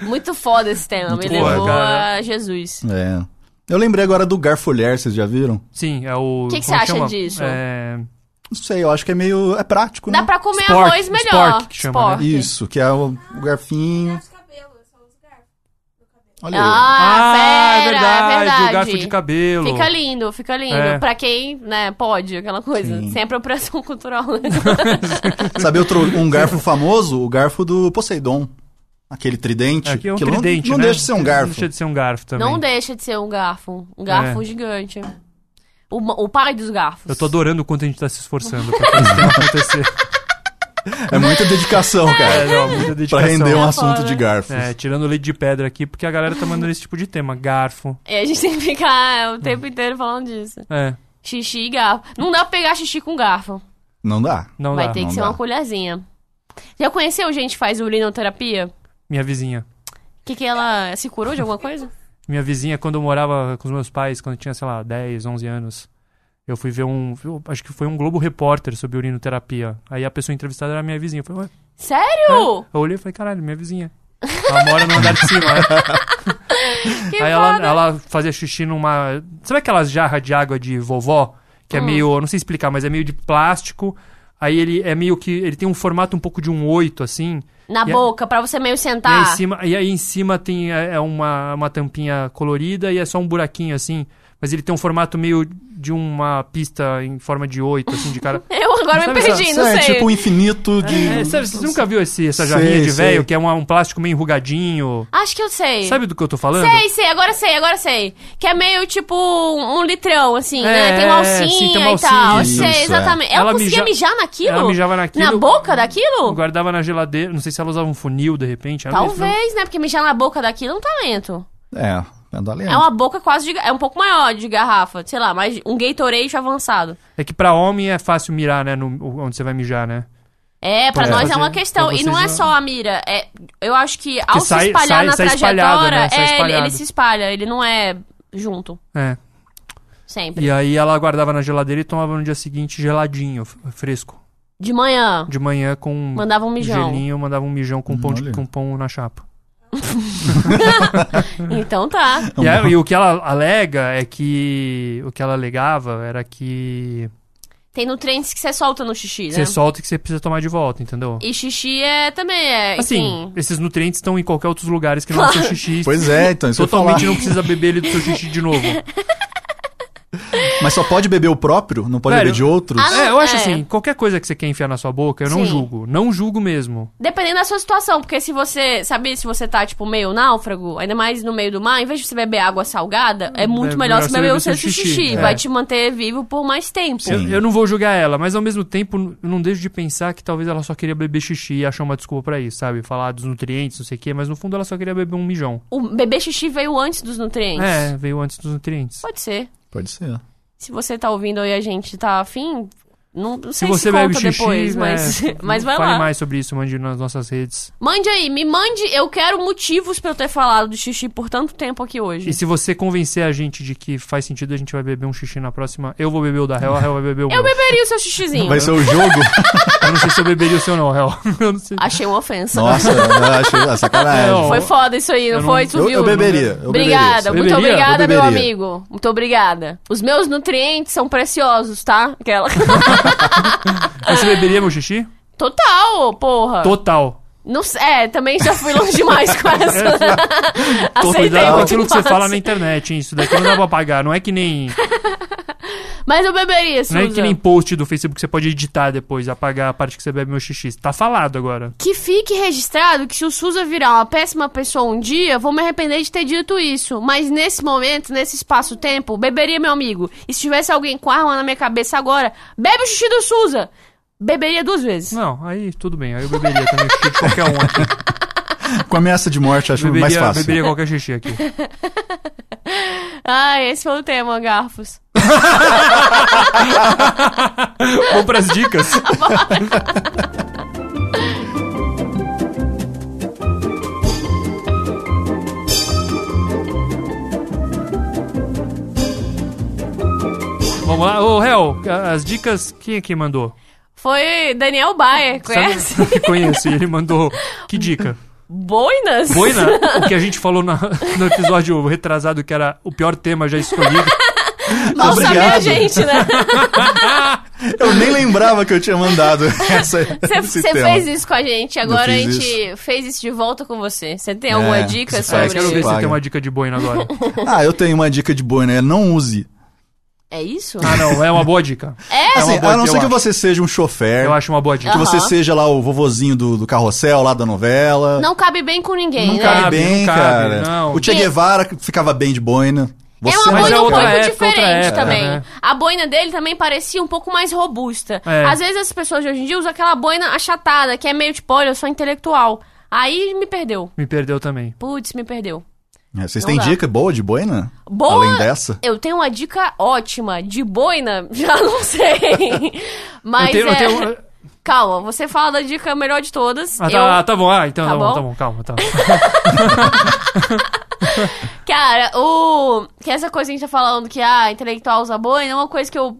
[SPEAKER 3] Muito foda esse tema.
[SPEAKER 2] Muito
[SPEAKER 3] Me
[SPEAKER 2] foda,
[SPEAKER 3] levou
[SPEAKER 4] cara.
[SPEAKER 3] a Jesus.
[SPEAKER 2] É. Eu lembrei agora do garfolher, vocês já viram?
[SPEAKER 4] Sim, é o.
[SPEAKER 3] O que que
[SPEAKER 4] como
[SPEAKER 3] você acha
[SPEAKER 4] chama?
[SPEAKER 3] disso?
[SPEAKER 4] É,
[SPEAKER 2] Não sei, eu acho que é meio. É prático, né?
[SPEAKER 3] Dá pra comer
[SPEAKER 4] Spork,
[SPEAKER 3] arroz melhor.
[SPEAKER 4] spork que chama, né?
[SPEAKER 3] Spork.
[SPEAKER 2] Isso, que é o, o garfinho. Olha aí.
[SPEAKER 3] Ah,
[SPEAKER 4] Ah,
[SPEAKER 3] pera,
[SPEAKER 4] é verdade,
[SPEAKER 3] é verdade.
[SPEAKER 4] o garfo de cabelo.
[SPEAKER 3] Fica lindo, fica lindo.
[SPEAKER 4] É.
[SPEAKER 3] Pra quem, né, pode, aquela coisa.
[SPEAKER 2] Sim.
[SPEAKER 3] Sem apropriação cultural, né?
[SPEAKER 2] Sabe outro, um garfo famoso? O garfo do Poseidon. Aquele tridente.
[SPEAKER 4] Aqui é um
[SPEAKER 2] Aquilo não-
[SPEAKER 4] tridente,
[SPEAKER 2] não,
[SPEAKER 4] né?
[SPEAKER 2] deixa de ser um
[SPEAKER 4] Não
[SPEAKER 2] garfo.
[SPEAKER 4] deixa de ser um garfo também.
[SPEAKER 3] Não deixa de ser um garfo. Um garfo
[SPEAKER 4] É.
[SPEAKER 3] gigante. O, ma- o pai dos garfos.
[SPEAKER 4] Eu tô adorando o quanto a gente tá se esforçando pra fazer isso acontecer.
[SPEAKER 2] É muita dedicação,
[SPEAKER 4] um É,
[SPEAKER 2] cara.
[SPEAKER 4] não, muita
[SPEAKER 2] pra
[SPEAKER 4] dedicação.
[SPEAKER 2] render um
[SPEAKER 3] Tá
[SPEAKER 2] assunto
[SPEAKER 3] foda.
[SPEAKER 2] de garfos.
[SPEAKER 4] É, tirando leite de pedra aqui, porque a galera tá mandando esse tipo de tema. Garfo.
[SPEAKER 3] E a gente tem que ficar o tempo inteiro falando disso.
[SPEAKER 4] É,
[SPEAKER 3] Xixi e garfo. Não dá pra pegar xixi com garfo.
[SPEAKER 2] Não dá.
[SPEAKER 4] não
[SPEAKER 3] Vai
[SPEAKER 4] dá.
[SPEAKER 3] ter que
[SPEAKER 2] não
[SPEAKER 3] ser
[SPEAKER 2] dá.
[SPEAKER 3] uma colherzinha. Já conheceu gente que faz urinoterapia?
[SPEAKER 4] Minha vizinha.
[SPEAKER 3] Que que ela se curou de alguma coisa?
[SPEAKER 4] Minha vizinha, quando eu morava com os meus pais, quando eu tinha, sei lá, 10, 11 anos, eu fui ver um. eu acho que foi um Globo Repórter sobre urinoterapia. Aí a pessoa entrevistada era a minha vizinha. Eu falei, ué.
[SPEAKER 3] Sério?
[SPEAKER 4] Eu olhei e falei, caralho, minha vizinha. Ela mora no andar de cima, né?
[SPEAKER 3] Que
[SPEAKER 4] Aí ela,
[SPEAKER 3] foda.
[SPEAKER 4] ela fazia xixi numa. Sabe aquelas jarras de água de vovó? Que é
[SPEAKER 3] Hum.
[SPEAKER 4] meio. eu Não sei explicar, mas é meio de plástico. Aí ele é meio que. Ele tem um formato um pouco de um oito, assim.
[SPEAKER 3] Na
[SPEAKER 4] E a-
[SPEAKER 3] boca, pra você
[SPEAKER 4] E
[SPEAKER 3] meio
[SPEAKER 4] aí,
[SPEAKER 3] sentar.
[SPEAKER 4] em cima, e aí em cima tem é, é uma, uma tampinha colorida e é só um buraquinho assim. Mas ele tem um formato meio de uma pista em forma de oito, assim, de cara.
[SPEAKER 3] Eu agora
[SPEAKER 4] Sabe
[SPEAKER 3] me
[SPEAKER 4] essa-
[SPEAKER 3] perdi, não
[SPEAKER 2] é,
[SPEAKER 3] sei.
[SPEAKER 4] um
[SPEAKER 2] tipo infinito de.
[SPEAKER 4] É, sabe, você nunca viu esse, essa
[SPEAKER 2] Sei,
[SPEAKER 4] jarrinha de
[SPEAKER 2] sei.
[SPEAKER 4] velho, que é uma- um plástico meio enrugadinho?
[SPEAKER 3] Acho que eu sei.
[SPEAKER 4] Sabe do que eu tô falando?
[SPEAKER 3] Sei, sei, agora sei, agora sei. Que é meio tipo um litrão, assim,
[SPEAKER 4] É,
[SPEAKER 3] né? Tem uma alcinha,
[SPEAKER 4] sim, tem uma
[SPEAKER 3] e tal.
[SPEAKER 4] alcinha.
[SPEAKER 3] sei,
[SPEAKER 2] Isso, é.
[SPEAKER 3] exatamente. Ela,
[SPEAKER 4] Ela
[SPEAKER 3] conseguia
[SPEAKER 4] mija-
[SPEAKER 3] mijar naquilo?
[SPEAKER 4] ela mijava naquilo.
[SPEAKER 3] Na boca daquilo?
[SPEAKER 4] Guardava na geladeira. Não sei se ela usava um funil, de repente. eu não-
[SPEAKER 3] Talvez, né? Porque mijar na boca daquilo é um talento.
[SPEAKER 2] É, é do além.
[SPEAKER 3] É uma boca quase de. ga- É um pouco maior de garrafa, sei lá, mas um Gatorade avançado.
[SPEAKER 4] É que pra homem é fácil mirar, né? No, onde você vai mijar, né?
[SPEAKER 3] É, pra
[SPEAKER 4] É,
[SPEAKER 3] nós é
[SPEAKER 4] fazer-
[SPEAKER 3] uma questão.
[SPEAKER 4] pra
[SPEAKER 3] E não é
[SPEAKER 4] vocês é-
[SPEAKER 3] só a mira. É, eu acho que ao se
[SPEAKER 4] sai-
[SPEAKER 3] espalhar
[SPEAKER 4] sai-
[SPEAKER 3] na
[SPEAKER 4] sai espalhado,
[SPEAKER 3] trajetória,
[SPEAKER 4] né? Sai
[SPEAKER 3] é, ele, ele
[SPEAKER 4] espalhado.
[SPEAKER 3] se espalha, ele não é junto,
[SPEAKER 4] É.
[SPEAKER 3] sempre.
[SPEAKER 4] E aí ela guardava na geladeira e tomava no dia seguinte geladinho, f- fresco.
[SPEAKER 3] De manhã,
[SPEAKER 4] De manhã com um
[SPEAKER 3] mandava um mijão.
[SPEAKER 4] gelinho, mandava um mijão com pão, de-
[SPEAKER 2] Olha.
[SPEAKER 4] com pão na chapa.
[SPEAKER 3] Então tá.
[SPEAKER 4] E, aí- e o que ela alega é que. O que ela alegava era que
[SPEAKER 3] Tem nutrientes que você solta no xixi, né?
[SPEAKER 4] você solta e que você precisa tomar de volta, entendeu?
[SPEAKER 3] E xixi é também, é.
[SPEAKER 4] Assim,
[SPEAKER 3] Assim.
[SPEAKER 4] esses nutrientes estão em qualquer outros lugares que não é o seu xixi.
[SPEAKER 2] Pois é, então, isso eu ia
[SPEAKER 4] Totalmente
[SPEAKER 2] falar.
[SPEAKER 4] não precisa beber ele do seu xixi de novo.
[SPEAKER 2] Mas só pode beber o próprio? Não pode
[SPEAKER 4] Velho,
[SPEAKER 2] beber de outros?
[SPEAKER 3] Ah,
[SPEAKER 4] É, eu acho
[SPEAKER 3] É.
[SPEAKER 4] assim, qualquer coisa que você quer enfiar na sua boca, eu não
[SPEAKER 3] Sim.
[SPEAKER 4] julgo. Não julgo mesmo.
[SPEAKER 3] Dependendo da sua situação, porque se você. Sabe, se você tá, tipo, meio náufrago, ainda mais no meio do mar, em vez de você beber água salgada, é muito
[SPEAKER 4] é
[SPEAKER 3] melhor, você beber o seu
[SPEAKER 4] seu
[SPEAKER 3] xixi.
[SPEAKER 4] xixi, é.
[SPEAKER 3] Vai te manter vivo por mais tempo.
[SPEAKER 2] Sim.
[SPEAKER 4] Eu, eu não vou julgar ela, mas ao mesmo tempo n- eu não deixo de pensar que talvez ela só queria beber xixi e achar uma desculpa pra isso, sabe? Falar dos nutrientes, não sei o quê, mas no fundo ela só queria beber um mijão.
[SPEAKER 3] O beber xixi veio antes dos nutrientes.
[SPEAKER 4] É, veio antes dos nutrientes.
[SPEAKER 3] Pode ser.
[SPEAKER 2] Pode ser.
[SPEAKER 3] Se você tá ouvindo aí a gente tá afim, Não, não
[SPEAKER 4] Se
[SPEAKER 3] sei se,
[SPEAKER 4] você
[SPEAKER 3] conta
[SPEAKER 4] bebe xixi,
[SPEAKER 3] depois, mas,
[SPEAKER 4] é,
[SPEAKER 3] mas vai
[SPEAKER 4] fale
[SPEAKER 3] lá.
[SPEAKER 4] mais sobre isso, mande nas nossas redes.
[SPEAKER 3] Mande aí, me mande. Eu quero motivos pra eu ter falado de xixi por tanto tempo aqui hoje.
[SPEAKER 4] E se você convencer a gente de que faz sentido, a gente vai beber um xixi na próxima. Eu vou beber o da Hel, a Hel vai beber o meu.
[SPEAKER 3] Eu beberia o seu xixizinho.
[SPEAKER 2] Vai ser o jogo?
[SPEAKER 4] Eu não sei se eu beberia o seu não, Hel. Eu não sei.
[SPEAKER 3] Achei uma ofensa.
[SPEAKER 2] Nossa, eu acho é sacanagem.
[SPEAKER 4] Não.
[SPEAKER 3] Foi foda isso aí, não,
[SPEAKER 4] Eu não-
[SPEAKER 3] foi? Tu
[SPEAKER 2] Eu,
[SPEAKER 3] viu?
[SPEAKER 2] eu beberia. Eu
[SPEAKER 3] obrigada,
[SPEAKER 2] beberia.
[SPEAKER 3] muito
[SPEAKER 4] Beberia?
[SPEAKER 3] obrigada,
[SPEAKER 2] Eu
[SPEAKER 3] meu
[SPEAKER 2] beberia.
[SPEAKER 3] amigo. Muito obrigada. Os meus nutrientes são preciosos, tá? Aquela. Ah.
[SPEAKER 4] Aí você beberia meu xixi?
[SPEAKER 3] Total, porra.
[SPEAKER 4] Total.
[SPEAKER 3] Não sei- é, também já fui longe demais com essa. Aceitei
[SPEAKER 4] Cuidado com
[SPEAKER 3] muito
[SPEAKER 4] aquilo que você
[SPEAKER 3] fácil.
[SPEAKER 4] fala na internet, hein? Isso daqui não dá pra pagar. Não é que nem,
[SPEAKER 3] Mas eu beberia,
[SPEAKER 4] não
[SPEAKER 3] Suza.
[SPEAKER 4] é que nem post do Facebook que você pode editar depois, apagar a parte que você bebe meu xixi. Tá falado agora.
[SPEAKER 3] Que fique registrado que se o Suza virar uma péssima pessoa um dia, vou me arrepender de ter dito isso. Mas nesse momento, nesse espaço-tempo, beberia meu amigo. E se tivesse alguém com arma na minha cabeça agora, bebe o xixi do Suza! Beberia duas vezes.
[SPEAKER 4] Não, aí tudo bem. Aí eu beberia também o xixi de qualquer um aqui.
[SPEAKER 2] Com ameaça de morte, acho mais
[SPEAKER 4] Beberia,
[SPEAKER 2] fácil.
[SPEAKER 4] beberia qualquer xixi aqui.
[SPEAKER 3] Ah, esse foi o tema, Garfos.
[SPEAKER 4] Vamos pras dicas. Vamos lá. Ô, Hel, as dicas, quem é que mandou?
[SPEAKER 3] Foi Daniel Bayer, conhece?
[SPEAKER 4] Sabe- Conheço. E ele mandou... Que dica?
[SPEAKER 3] Boinas?
[SPEAKER 4] Boina? O que a gente falou na- no episódio retrasado, que era o pior tema já escolhido.
[SPEAKER 3] Mal sabia a
[SPEAKER 2] Obrigado.
[SPEAKER 3] gente, né?
[SPEAKER 2] Eu nem lembrava que eu tinha mandado essa, esse
[SPEAKER 3] Você
[SPEAKER 2] tema.
[SPEAKER 3] fez isso com a gente, agora a
[SPEAKER 2] fiz
[SPEAKER 3] gente fez isso de volta com você. Você tem
[SPEAKER 2] É,
[SPEAKER 3] alguma dica
[SPEAKER 2] isso aí,
[SPEAKER 4] Eu
[SPEAKER 3] sobre
[SPEAKER 4] quero ver se
[SPEAKER 2] Paga.
[SPEAKER 4] tem uma dica de boina agora.
[SPEAKER 2] Ah, eu tenho uma dica de boa, né? Não use.
[SPEAKER 3] É isso?
[SPEAKER 4] Ah, não. É uma boa dica.
[SPEAKER 3] É?
[SPEAKER 4] É uma
[SPEAKER 2] Assim,
[SPEAKER 4] boa
[SPEAKER 2] a não
[SPEAKER 4] dica,
[SPEAKER 2] ser que
[SPEAKER 4] eu acho.
[SPEAKER 2] você seja um chofer,
[SPEAKER 4] Eu acho uma boa dica.
[SPEAKER 2] que você
[SPEAKER 3] Aham.
[SPEAKER 2] seja lá o vovozinho do, do carrossel, lá da novela.
[SPEAKER 3] Não cabe bem com ninguém,
[SPEAKER 2] Não
[SPEAKER 3] né?
[SPEAKER 2] cabe
[SPEAKER 4] Cabe,
[SPEAKER 2] bem,
[SPEAKER 4] não cabe,
[SPEAKER 2] cara.
[SPEAKER 4] não.
[SPEAKER 2] O Che Guevara ficava bem de boina. Você
[SPEAKER 3] é uma
[SPEAKER 4] mas
[SPEAKER 3] boina
[SPEAKER 4] é
[SPEAKER 3] um
[SPEAKER 4] outra
[SPEAKER 3] pouco
[SPEAKER 4] época,
[SPEAKER 3] diferente
[SPEAKER 4] outra época,
[SPEAKER 3] também.
[SPEAKER 4] né?
[SPEAKER 3] A boina dele também parecia um pouco mais robusta.
[SPEAKER 4] É.
[SPEAKER 3] Às vezes as pessoas de hoje em dia usam aquela boina achatada, que é meio tipo, olha, eu sou intelectual. Aí me perdeu.
[SPEAKER 4] Me perdeu também.
[SPEAKER 3] Putz, me perdeu.
[SPEAKER 2] É, Vocês
[SPEAKER 3] Não
[SPEAKER 2] têm
[SPEAKER 3] dá.
[SPEAKER 2] dica boa de boina?
[SPEAKER 3] Boa-
[SPEAKER 2] Além dessa?
[SPEAKER 3] Eu tenho uma dica ótima. De boina, já não sei. Mas
[SPEAKER 4] eu tenho,
[SPEAKER 3] é...
[SPEAKER 4] eu tenho-
[SPEAKER 3] Calma, você fala da dica melhor de todas.
[SPEAKER 4] Ah, tá,
[SPEAKER 3] eu...
[SPEAKER 4] ah, tá bom. Ah, então
[SPEAKER 3] Tá
[SPEAKER 4] tá, bom,
[SPEAKER 3] bom?
[SPEAKER 4] tá bom, calma, tá.
[SPEAKER 3] Cara, o. Que essa coisa que a gente tá falando que, ah, intelectual usa boina, é uma coisa que eu.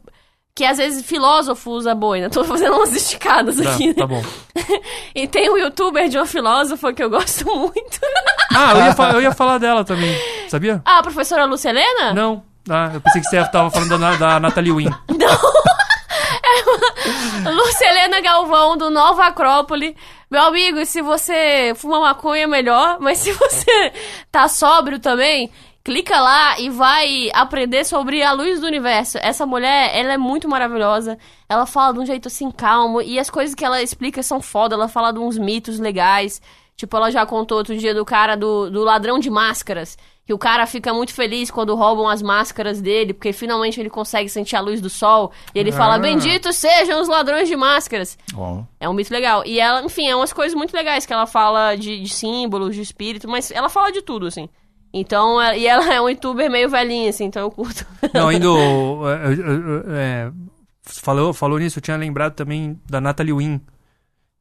[SPEAKER 3] Que às vezes filósofo usa boina. Tô fazendo umas esticadas
[SPEAKER 4] Tá,
[SPEAKER 3] aqui. né?
[SPEAKER 4] tá bom.
[SPEAKER 3] E tem um youtuber de uma filósofa que eu gosto muito.
[SPEAKER 4] Ah, eu ia, fa- eu ia falar dela também. Sabia?
[SPEAKER 3] Ah, a professora Lúcia Helena?
[SPEAKER 4] Não. Ah, eu pensei que você tava falando da, Na- da Natalie Wynn.
[SPEAKER 3] Lúcia Helena Galvão, do Nova Acrópole. Meu amigo, se você fuma maconha, é melhor. Mas se você tá sóbrio também, clica lá e vai aprender sobre a luz do universo. Essa mulher, ela é muito maravilhosa. Ela fala de um jeito assim, calmo. E as coisas que ela explica são foda. Ela fala de uns mitos legais. Tipo, ela já contou outro dia do cara do, do ladrão de máscaras. Que o cara fica muito feliz quando roubam as máscaras dele, porque finalmente ele consegue sentir a luz do sol. E ele fala:
[SPEAKER 4] Ah.
[SPEAKER 3] Bendito sejam os ladrões de máscaras.
[SPEAKER 2] Ó.
[SPEAKER 3] É um mito legal. E ela, enfim, é umas coisas muito legais que ela fala de, de símbolos, de espírito, mas ela fala de tudo, assim. Então, é- e ela é um youtuber meio velhinha, assim, então eu curto.
[SPEAKER 4] Não, indo. é, é, é, é, falou, falou nisso, eu tinha lembrado também da Natalie Wynn,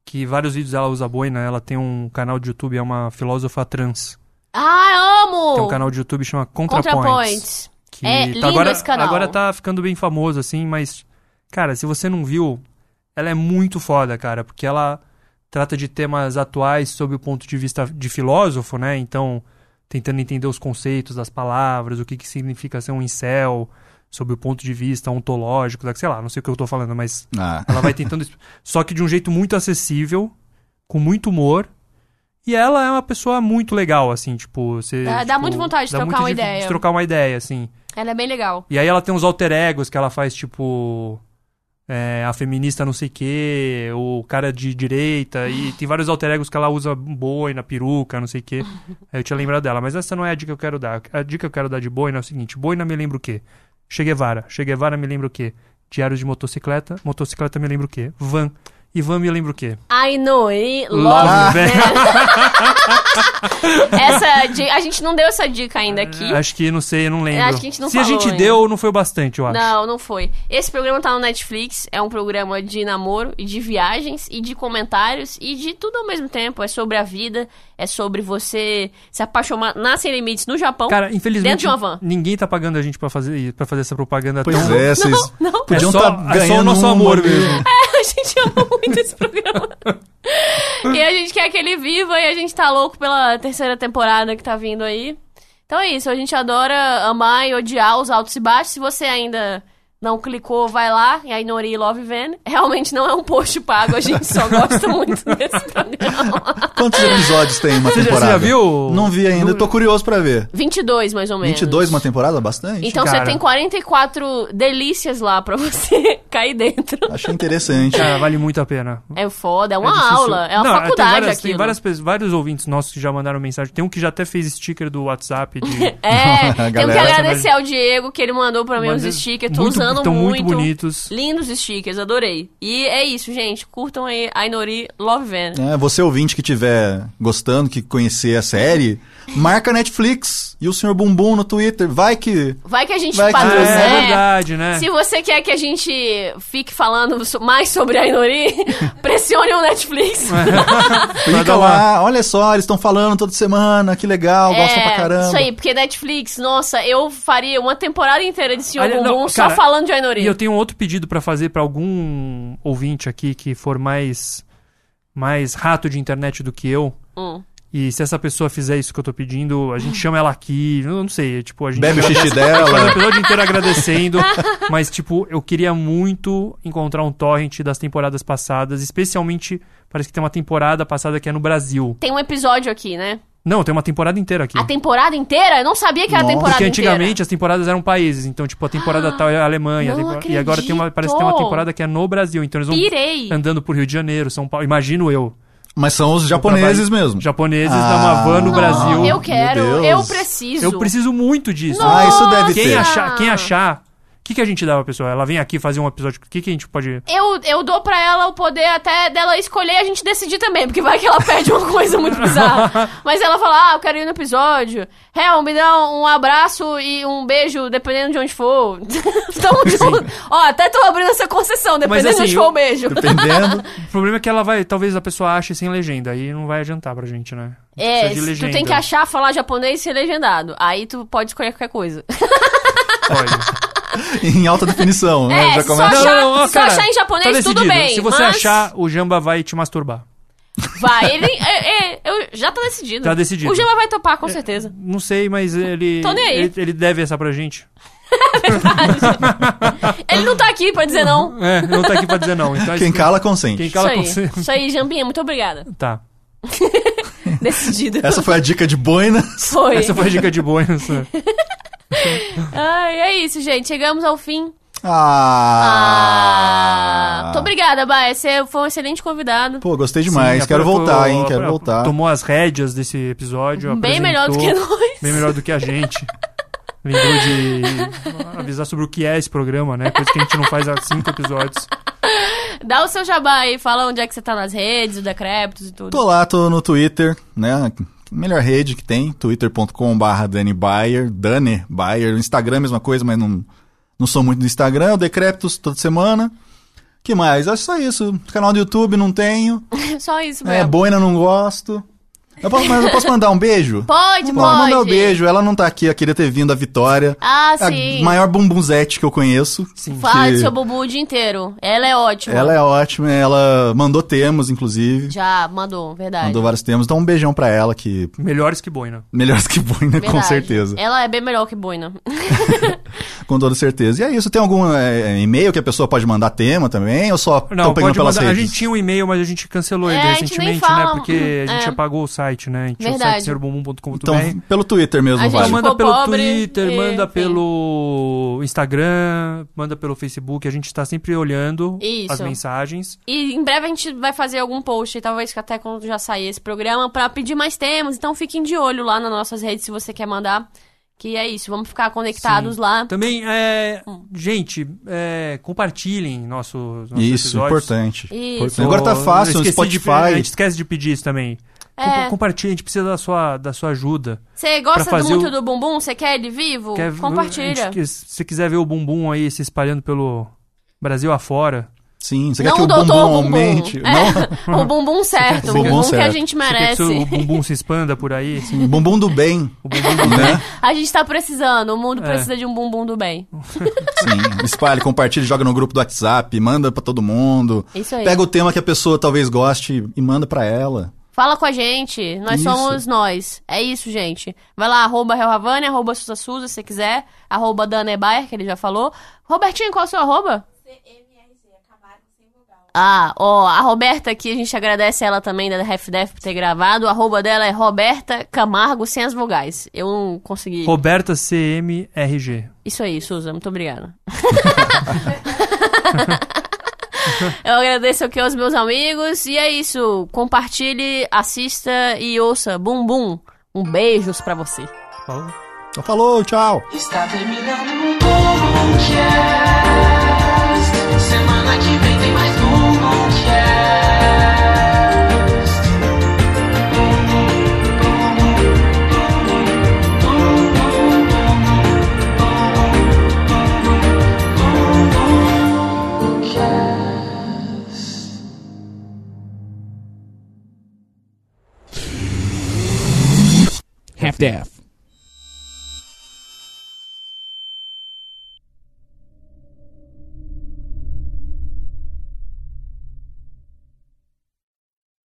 [SPEAKER 4] que vários vídeos ela usa boina. Ela tem um canal de YouTube, é uma filósofa trans.
[SPEAKER 3] ah,
[SPEAKER 4] Tem um
[SPEAKER 3] amo!
[SPEAKER 4] canal de YouTube que chama Contrapoints.
[SPEAKER 3] Contrapoints.
[SPEAKER 4] Que
[SPEAKER 3] É
[SPEAKER 4] tá
[SPEAKER 3] lindo
[SPEAKER 4] agora,
[SPEAKER 3] esse canal.
[SPEAKER 4] agora tá ficando bem famoso, assim, mas, cara, se você não viu, ela é muito foda, cara, porque ela trata de temas atuais sob o ponto de vista de filósofo, né? Então, tentando entender os conceitos das palavras, o que, que significa ser um incel, sob o ponto de vista ontológico, da- sei lá, não sei o que eu tô falando, mas
[SPEAKER 2] Ah.
[SPEAKER 4] ela vai tentando. exp- Só que de um jeito muito acessível, com muito humor. E ela é uma pessoa muito legal, assim, tipo. Você,
[SPEAKER 3] Dá- dá
[SPEAKER 4] tipo,
[SPEAKER 3] muito vontade de
[SPEAKER 4] dá
[SPEAKER 3] trocar
[SPEAKER 4] muito
[SPEAKER 3] uma
[SPEAKER 4] de-
[SPEAKER 3] ideia.
[SPEAKER 4] De trocar uma ideia, assim.
[SPEAKER 3] Ela é bem legal.
[SPEAKER 4] E aí ela tem uns alter egos que ela faz, tipo. é, a feminista não sei o quê, o cara de direita, e tem vários alter egos que ela usa boi na peruca, não sei o quê. Aí eu tinha lembrado dela, mas essa não é a dica que eu quero dar. A dica que eu quero dar de boina é o seguinte: boina me lembra o quê? Che Guevara. Che Guevara me lembra o quê? Diários de motocicleta. Motocicleta me lembra o quê? Van. Ivan me lembra o quê?
[SPEAKER 3] I know it, love,
[SPEAKER 4] Love,
[SPEAKER 3] né?
[SPEAKER 4] velho.
[SPEAKER 3] Essa, di- a gente não deu essa dica ainda aqui.
[SPEAKER 4] Acho que, não sei, eu não lembro.
[SPEAKER 3] É, Acho que a gente não
[SPEAKER 4] Se a
[SPEAKER 3] falou
[SPEAKER 4] gente
[SPEAKER 3] ainda.
[SPEAKER 4] deu, não foi o bastante, eu acho.
[SPEAKER 3] Não, não foi. Esse programa tá no Netflix, é um programa de namoro e de viagens e de comentários e de tudo ao mesmo tempo. É sobre a vida, é sobre você se apaixonar na Sem Limites no Japão.
[SPEAKER 4] Cara, infelizmente,
[SPEAKER 3] Dentro de uma van.
[SPEAKER 4] ninguém tá pagando a gente pra fazer, pra fazer essa propaganda
[SPEAKER 2] Pois
[SPEAKER 4] tão...
[SPEAKER 2] é, vocês
[SPEAKER 3] não, não.
[SPEAKER 2] podiam
[SPEAKER 4] É só-
[SPEAKER 2] estar
[SPEAKER 4] é só o
[SPEAKER 2] ganhando
[SPEAKER 4] nosso
[SPEAKER 2] um
[SPEAKER 4] amor
[SPEAKER 2] modelo.
[SPEAKER 4] mesmo.
[SPEAKER 3] A gente ama muito esse programa. e a gente quer que ele viva e a gente tá louco pela terceira temporada que tá vindo aí. Então é isso, a gente adora amar e odiar os altos e baixos. Se você ainda não clicou, vai lá, e aí Nori Love Van. Realmente não é um post pago, a gente só gosta muito desse programa.
[SPEAKER 2] Quantos episódios tem uma
[SPEAKER 4] Você já-
[SPEAKER 2] temporada?
[SPEAKER 4] você já viu?
[SPEAKER 2] Não vi ainda, tô curioso pra ver.
[SPEAKER 3] 22, mais ou menos.
[SPEAKER 2] 22 uma temporada? Bastante?
[SPEAKER 3] Então você
[SPEAKER 4] cara.
[SPEAKER 3] tem 44 delícias lá pra você cair dentro.
[SPEAKER 2] Achei interessante.
[SPEAKER 4] Cara, vale muito a pena.
[SPEAKER 3] É foda, é uma
[SPEAKER 4] difícil.
[SPEAKER 3] aula, é uma
[SPEAKER 4] Não,
[SPEAKER 3] faculdade
[SPEAKER 4] tem várias,
[SPEAKER 3] aquilo.
[SPEAKER 4] Tem várias, pessoas- vários ouvintes nossos que já mandaram mensagem. Tem um que já até fez sticker do WhatsApp. De...
[SPEAKER 3] É,
[SPEAKER 2] A
[SPEAKER 3] tenho que
[SPEAKER 2] galera-
[SPEAKER 3] agradecer ao Diego que ele mandou pra mim os
[SPEAKER 4] Mandei-
[SPEAKER 3] stickers. Tô
[SPEAKER 4] é muito-
[SPEAKER 3] usando
[SPEAKER 4] tão
[SPEAKER 3] muito.
[SPEAKER 4] muito bonitos.
[SPEAKER 3] Lindos stickers, adorei. E é isso, gente. Curtam aí Ainori Love Van.
[SPEAKER 2] É, você ouvinte que tiver gostando, que conhecer a série, marca Netflix e o Sr. Bumbum no Twitter. Vai que.
[SPEAKER 3] Vai que a gente
[SPEAKER 2] Vai que-
[SPEAKER 4] Ah,
[SPEAKER 3] patrocina.
[SPEAKER 4] é, verdade, né?
[SPEAKER 3] Se você quer que a gente fique falando so- mais sobre Ainori, pressione o Netflix.
[SPEAKER 4] É. Vai
[SPEAKER 2] Clica
[SPEAKER 4] dar
[SPEAKER 2] lá, olha só, eles estão falando toda semana, que legal, gostam pra caramba.
[SPEAKER 3] É, isso aí, porque Netflix, nossa, eu faria uma temporada inteira de Senhor
[SPEAKER 4] Olha, não,
[SPEAKER 3] Bumbum só
[SPEAKER 4] cara,
[SPEAKER 3] falando de Ainori.
[SPEAKER 4] E eu tenho outro pedido pra fazer pra algum ouvinte aqui que for mais mais rato de internet do que eu.
[SPEAKER 3] Hum.
[SPEAKER 4] E se essa pessoa fizer isso que eu tô pedindo, a gente chama ela aqui, eu não sei, tipo, a gente
[SPEAKER 2] Bebe o xixi
[SPEAKER 4] faz o
[SPEAKER 2] dela.
[SPEAKER 4] episódio inteiro agradecendo, mas tipo, eu queria muito encontrar um torrent das temporadas passadas, especialmente parece que tem uma temporada passada que é no Brasil.
[SPEAKER 3] Tem um episódio aqui, né?
[SPEAKER 4] Não, tem uma temporada inteira aqui.
[SPEAKER 3] A temporada inteira? Eu não sabia que era a
[SPEAKER 2] Nossa.
[SPEAKER 3] temporada
[SPEAKER 4] Porque
[SPEAKER 3] inteira. Ah,
[SPEAKER 4] antigamente as temporadas eram países, então tipo, a temporada tal é a Alemanha, a
[SPEAKER 3] não
[SPEAKER 4] tempora- e agora tem uma, parece que tem uma
[SPEAKER 3] acredito.
[SPEAKER 4] temporada que é no Brasil, então eles vão
[SPEAKER 3] Pirei.
[SPEAKER 4] andando por Rio de Janeiro, São Paulo. Imagino eu.
[SPEAKER 2] Mas são os japoneses
[SPEAKER 4] Trabalho-
[SPEAKER 2] mesmo.
[SPEAKER 4] Japoneses
[SPEAKER 2] Ah.
[SPEAKER 4] da uma van no
[SPEAKER 2] Não,
[SPEAKER 4] Brasil.
[SPEAKER 3] Eu quero,
[SPEAKER 2] Meu Deus.
[SPEAKER 3] eu preciso.
[SPEAKER 4] Eu preciso muito disso.
[SPEAKER 2] Ah, isso deve
[SPEAKER 4] Quem
[SPEAKER 2] ter.
[SPEAKER 4] achar, quem achar, o que, que a gente dá pra pessoa? Ela vem aqui fazer um episódio, o que, que a gente pode...
[SPEAKER 3] Eu, eu dou pra ela o poder até dela escolher e a gente decidir também, porque vai que ela pede uma coisa muito bizarra. Mas ela fala, ah, eu quero ir no episódio. Hel, me dá um abraço e um beijo, dependendo de onde for. Tamo junto. Ó, até tô abrindo essa concessão, dependendo
[SPEAKER 4] assim,
[SPEAKER 3] de onde for o
[SPEAKER 4] eu-
[SPEAKER 3] beijo.
[SPEAKER 2] Dependendo.
[SPEAKER 4] O problema é que ela vai, talvez a pessoa ache sem legenda, aí não vai adiantar pra gente, né?
[SPEAKER 3] É,
[SPEAKER 4] Precisa de
[SPEAKER 3] tu
[SPEAKER 4] legenda.
[SPEAKER 3] tem que achar, falar japonês e ser legendado. Aí tu pode escolher qualquer coisa.
[SPEAKER 4] Pode.
[SPEAKER 2] em alta definição, né?
[SPEAKER 3] É,
[SPEAKER 2] Já
[SPEAKER 3] só
[SPEAKER 2] começa.
[SPEAKER 3] achar- se achar em japonês, tudo
[SPEAKER 4] tá decidido.
[SPEAKER 3] bem,
[SPEAKER 4] Se você
[SPEAKER 3] mas-
[SPEAKER 4] achar, o Jamba vai te masturbar.
[SPEAKER 3] Vai, ele. é, é, eu já tá decidido.
[SPEAKER 4] Tá decidido.
[SPEAKER 3] O Gema vai topar, com certeza.
[SPEAKER 4] Não sei, mas ele...
[SPEAKER 3] Tô nem aí.
[SPEAKER 4] Ele, ele deve essa pra gente.
[SPEAKER 3] Ele não tá aqui pra dizer não.
[SPEAKER 4] É, não tá aqui pra dizer não. Então,
[SPEAKER 2] Quem
[SPEAKER 4] isso-
[SPEAKER 2] cala, consente.
[SPEAKER 4] Quem
[SPEAKER 3] Isso
[SPEAKER 4] cala
[SPEAKER 3] aí.
[SPEAKER 4] consente.
[SPEAKER 3] Isso aí, Jambinha, muito obrigada.
[SPEAKER 4] Tá.
[SPEAKER 3] Decidido.
[SPEAKER 2] Essa foi a dica de boina.
[SPEAKER 3] Foi.
[SPEAKER 4] Essa foi a dica de boa. essa.
[SPEAKER 3] Ai, é isso, gente. Chegamos ao fim.
[SPEAKER 2] Ah.
[SPEAKER 3] Ah, Muito obrigada, Baia. Você foi um excelente convidado.
[SPEAKER 2] Pô, gostei demais.
[SPEAKER 4] Sim,
[SPEAKER 2] Quero
[SPEAKER 4] apresentou-
[SPEAKER 2] voltar, hein? Quero
[SPEAKER 4] apre-
[SPEAKER 2] voltar.
[SPEAKER 4] Tomou as rédeas desse episódio.
[SPEAKER 3] Bem
[SPEAKER 4] apresentou,
[SPEAKER 3] melhor do que nós.
[SPEAKER 4] Bem melhor do que a gente. Lembrou de avisar sobre o que é esse programa, né? Coisa que a gente não faz há cinco episódios.
[SPEAKER 3] Dá o seu jabá aí, fala onde é que você tá nas redes, o Decreptos e tudo.
[SPEAKER 2] Tô lá, tô no Twitter, né? Melhor rede que tem, twitter.com.br Dani Bayer, Dani Bayer. O Instagram é a mesma coisa, mas não, não sou muito do Instagram. O Decreptus toda semana. que mais? Acho só isso. Canal do YouTube não tenho.
[SPEAKER 3] Só isso
[SPEAKER 2] É,
[SPEAKER 3] mesmo.
[SPEAKER 2] boina não gosto. Eu posso, mas eu posso mandar um beijo?
[SPEAKER 3] Pode,
[SPEAKER 2] Vamos lá,
[SPEAKER 3] pode.
[SPEAKER 2] Mandar um beijo. É, Ela não tá aqui, eu queria ter vindo a Vitória.
[SPEAKER 3] Ah,
[SPEAKER 2] a
[SPEAKER 3] sim.
[SPEAKER 2] maior bumbunzete que eu conheço. Sim.
[SPEAKER 3] Fala de seu bubu o dia inteiro. Ela é ótima.
[SPEAKER 2] Ela é ótima, ela mandou temas, inclusive.
[SPEAKER 3] Já mandou, verdade.
[SPEAKER 2] Mandou vários temas. Então um beijão pra ela, que
[SPEAKER 4] Melhores que né? boina.
[SPEAKER 2] Melhores que Boina, com
[SPEAKER 3] Verdade.
[SPEAKER 2] certeza.
[SPEAKER 3] Ela é bem melhor que Boina.
[SPEAKER 2] Com toda certeza. E é isso. Tem algum é, e-mail que a pessoa pode mandar tema também? Ou só
[SPEAKER 4] Não,
[SPEAKER 2] estão pegando
[SPEAKER 4] pode
[SPEAKER 2] pelas
[SPEAKER 4] mandar. A
[SPEAKER 2] redes?
[SPEAKER 4] gente tinha um e-mail, mas a gente cancelou
[SPEAKER 3] É,
[SPEAKER 4] ele
[SPEAKER 3] a gente nem
[SPEAKER 4] recentemente,
[SPEAKER 3] fala.
[SPEAKER 4] né? Porque a gente
[SPEAKER 3] É.
[SPEAKER 4] apagou o site, né? A gente tinha o
[SPEAKER 3] Verdade.
[SPEAKER 4] site senhorbumbum.com.br.
[SPEAKER 2] Então, pelo Twitter mesmo,
[SPEAKER 3] A gente
[SPEAKER 2] vale.
[SPEAKER 4] Então manda
[SPEAKER 3] ficou
[SPEAKER 4] pelo
[SPEAKER 3] pobre
[SPEAKER 4] Twitter,
[SPEAKER 3] e,
[SPEAKER 4] manda
[SPEAKER 3] enfim.
[SPEAKER 4] pelo Instagram, manda pelo Facebook. A gente tá sempre olhando
[SPEAKER 3] Isso.
[SPEAKER 4] as mensagens.
[SPEAKER 3] E em breve a gente vai fazer algum post, talvez que até quando já sair esse programa, pra pedir mais temas. Então fiquem de olho lá nas nossas redes se você quer mandar. Que é isso, vamos ficar conectados lá.
[SPEAKER 4] Também, é,
[SPEAKER 3] Hum.
[SPEAKER 4] gente, é, compartilhem nosso, nossos
[SPEAKER 2] Isso,
[SPEAKER 4] episódios.
[SPEAKER 2] importante.
[SPEAKER 3] Isso.
[SPEAKER 2] Agora tá fácil, no
[SPEAKER 4] Eu esqueci de-
[SPEAKER 2] Spotify.
[SPEAKER 4] a gente esquece de pedir isso também.
[SPEAKER 3] É.
[SPEAKER 4] Com- Compartilha, a gente precisa da sua, da sua ajuda.
[SPEAKER 3] Você gosta
[SPEAKER 4] Pra fazer
[SPEAKER 3] muito
[SPEAKER 4] o-
[SPEAKER 3] do bumbum? Você quer ele vivo?
[SPEAKER 4] Quer-
[SPEAKER 3] Compartilha.
[SPEAKER 4] a gente- se você quiser ver o bumbum aí se espalhando pelo Brasil afora,
[SPEAKER 2] Sim, você
[SPEAKER 3] Não
[SPEAKER 2] quer que o
[SPEAKER 3] doutor
[SPEAKER 2] bumbum
[SPEAKER 3] bumbum.
[SPEAKER 2] aumente? Não,
[SPEAKER 3] É, o bumbum certo,
[SPEAKER 2] O
[SPEAKER 3] o
[SPEAKER 2] bumbum
[SPEAKER 3] bumbum,
[SPEAKER 2] certo.
[SPEAKER 3] que a
[SPEAKER 4] você
[SPEAKER 3] gente
[SPEAKER 4] quer que
[SPEAKER 3] merece.
[SPEAKER 4] seu- o bumbum se expanda por aí, assim,
[SPEAKER 2] o bumbum do bem,
[SPEAKER 4] o bumbum
[SPEAKER 2] né?
[SPEAKER 3] A gente tá precisando, o mundo
[SPEAKER 4] É.
[SPEAKER 3] precisa de um bumbum do bem.
[SPEAKER 2] Sim, espalhe, compartilhe, joga no grupo do WhatsApp, manda pra todo mundo.
[SPEAKER 3] É Isso aí.
[SPEAKER 2] Pega o tema que a pessoa talvez goste e manda pra ela.
[SPEAKER 3] Fala com a gente, nós
[SPEAKER 2] Isso.
[SPEAKER 3] somos nós. É isso, gente. Vai lá, arroba Real Havana, arroba Susa Susa, se quiser. Arroba Dana Bayer, que ele já falou. Robertinho, qual é o seu arroba?
[SPEAKER 5] CMRZ, acabaram sem vogal.
[SPEAKER 3] Ah, ó, a Roberta aqui, a gente agradece ela também da RefDef por ter gravado. O arroba dela é Roberta Camargo, sem as vogais. Eu não consegui.
[SPEAKER 4] Roberta CMRG.
[SPEAKER 3] Isso aí, Suza, muito obrigada. Eu agradeço aqui aos meus amigos e é isso. Compartilhe, assista e ouça. Bum Bum. Um beijos pra você.
[SPEAKER 4] Falou.
[SPEAKER 2] Então falou, tchau.
[SPEAKER 1] Está terminando um Boomcast. Semana que vem tem mais um Boomcast. Boomcast.
[SPEAKER 6] half-daff.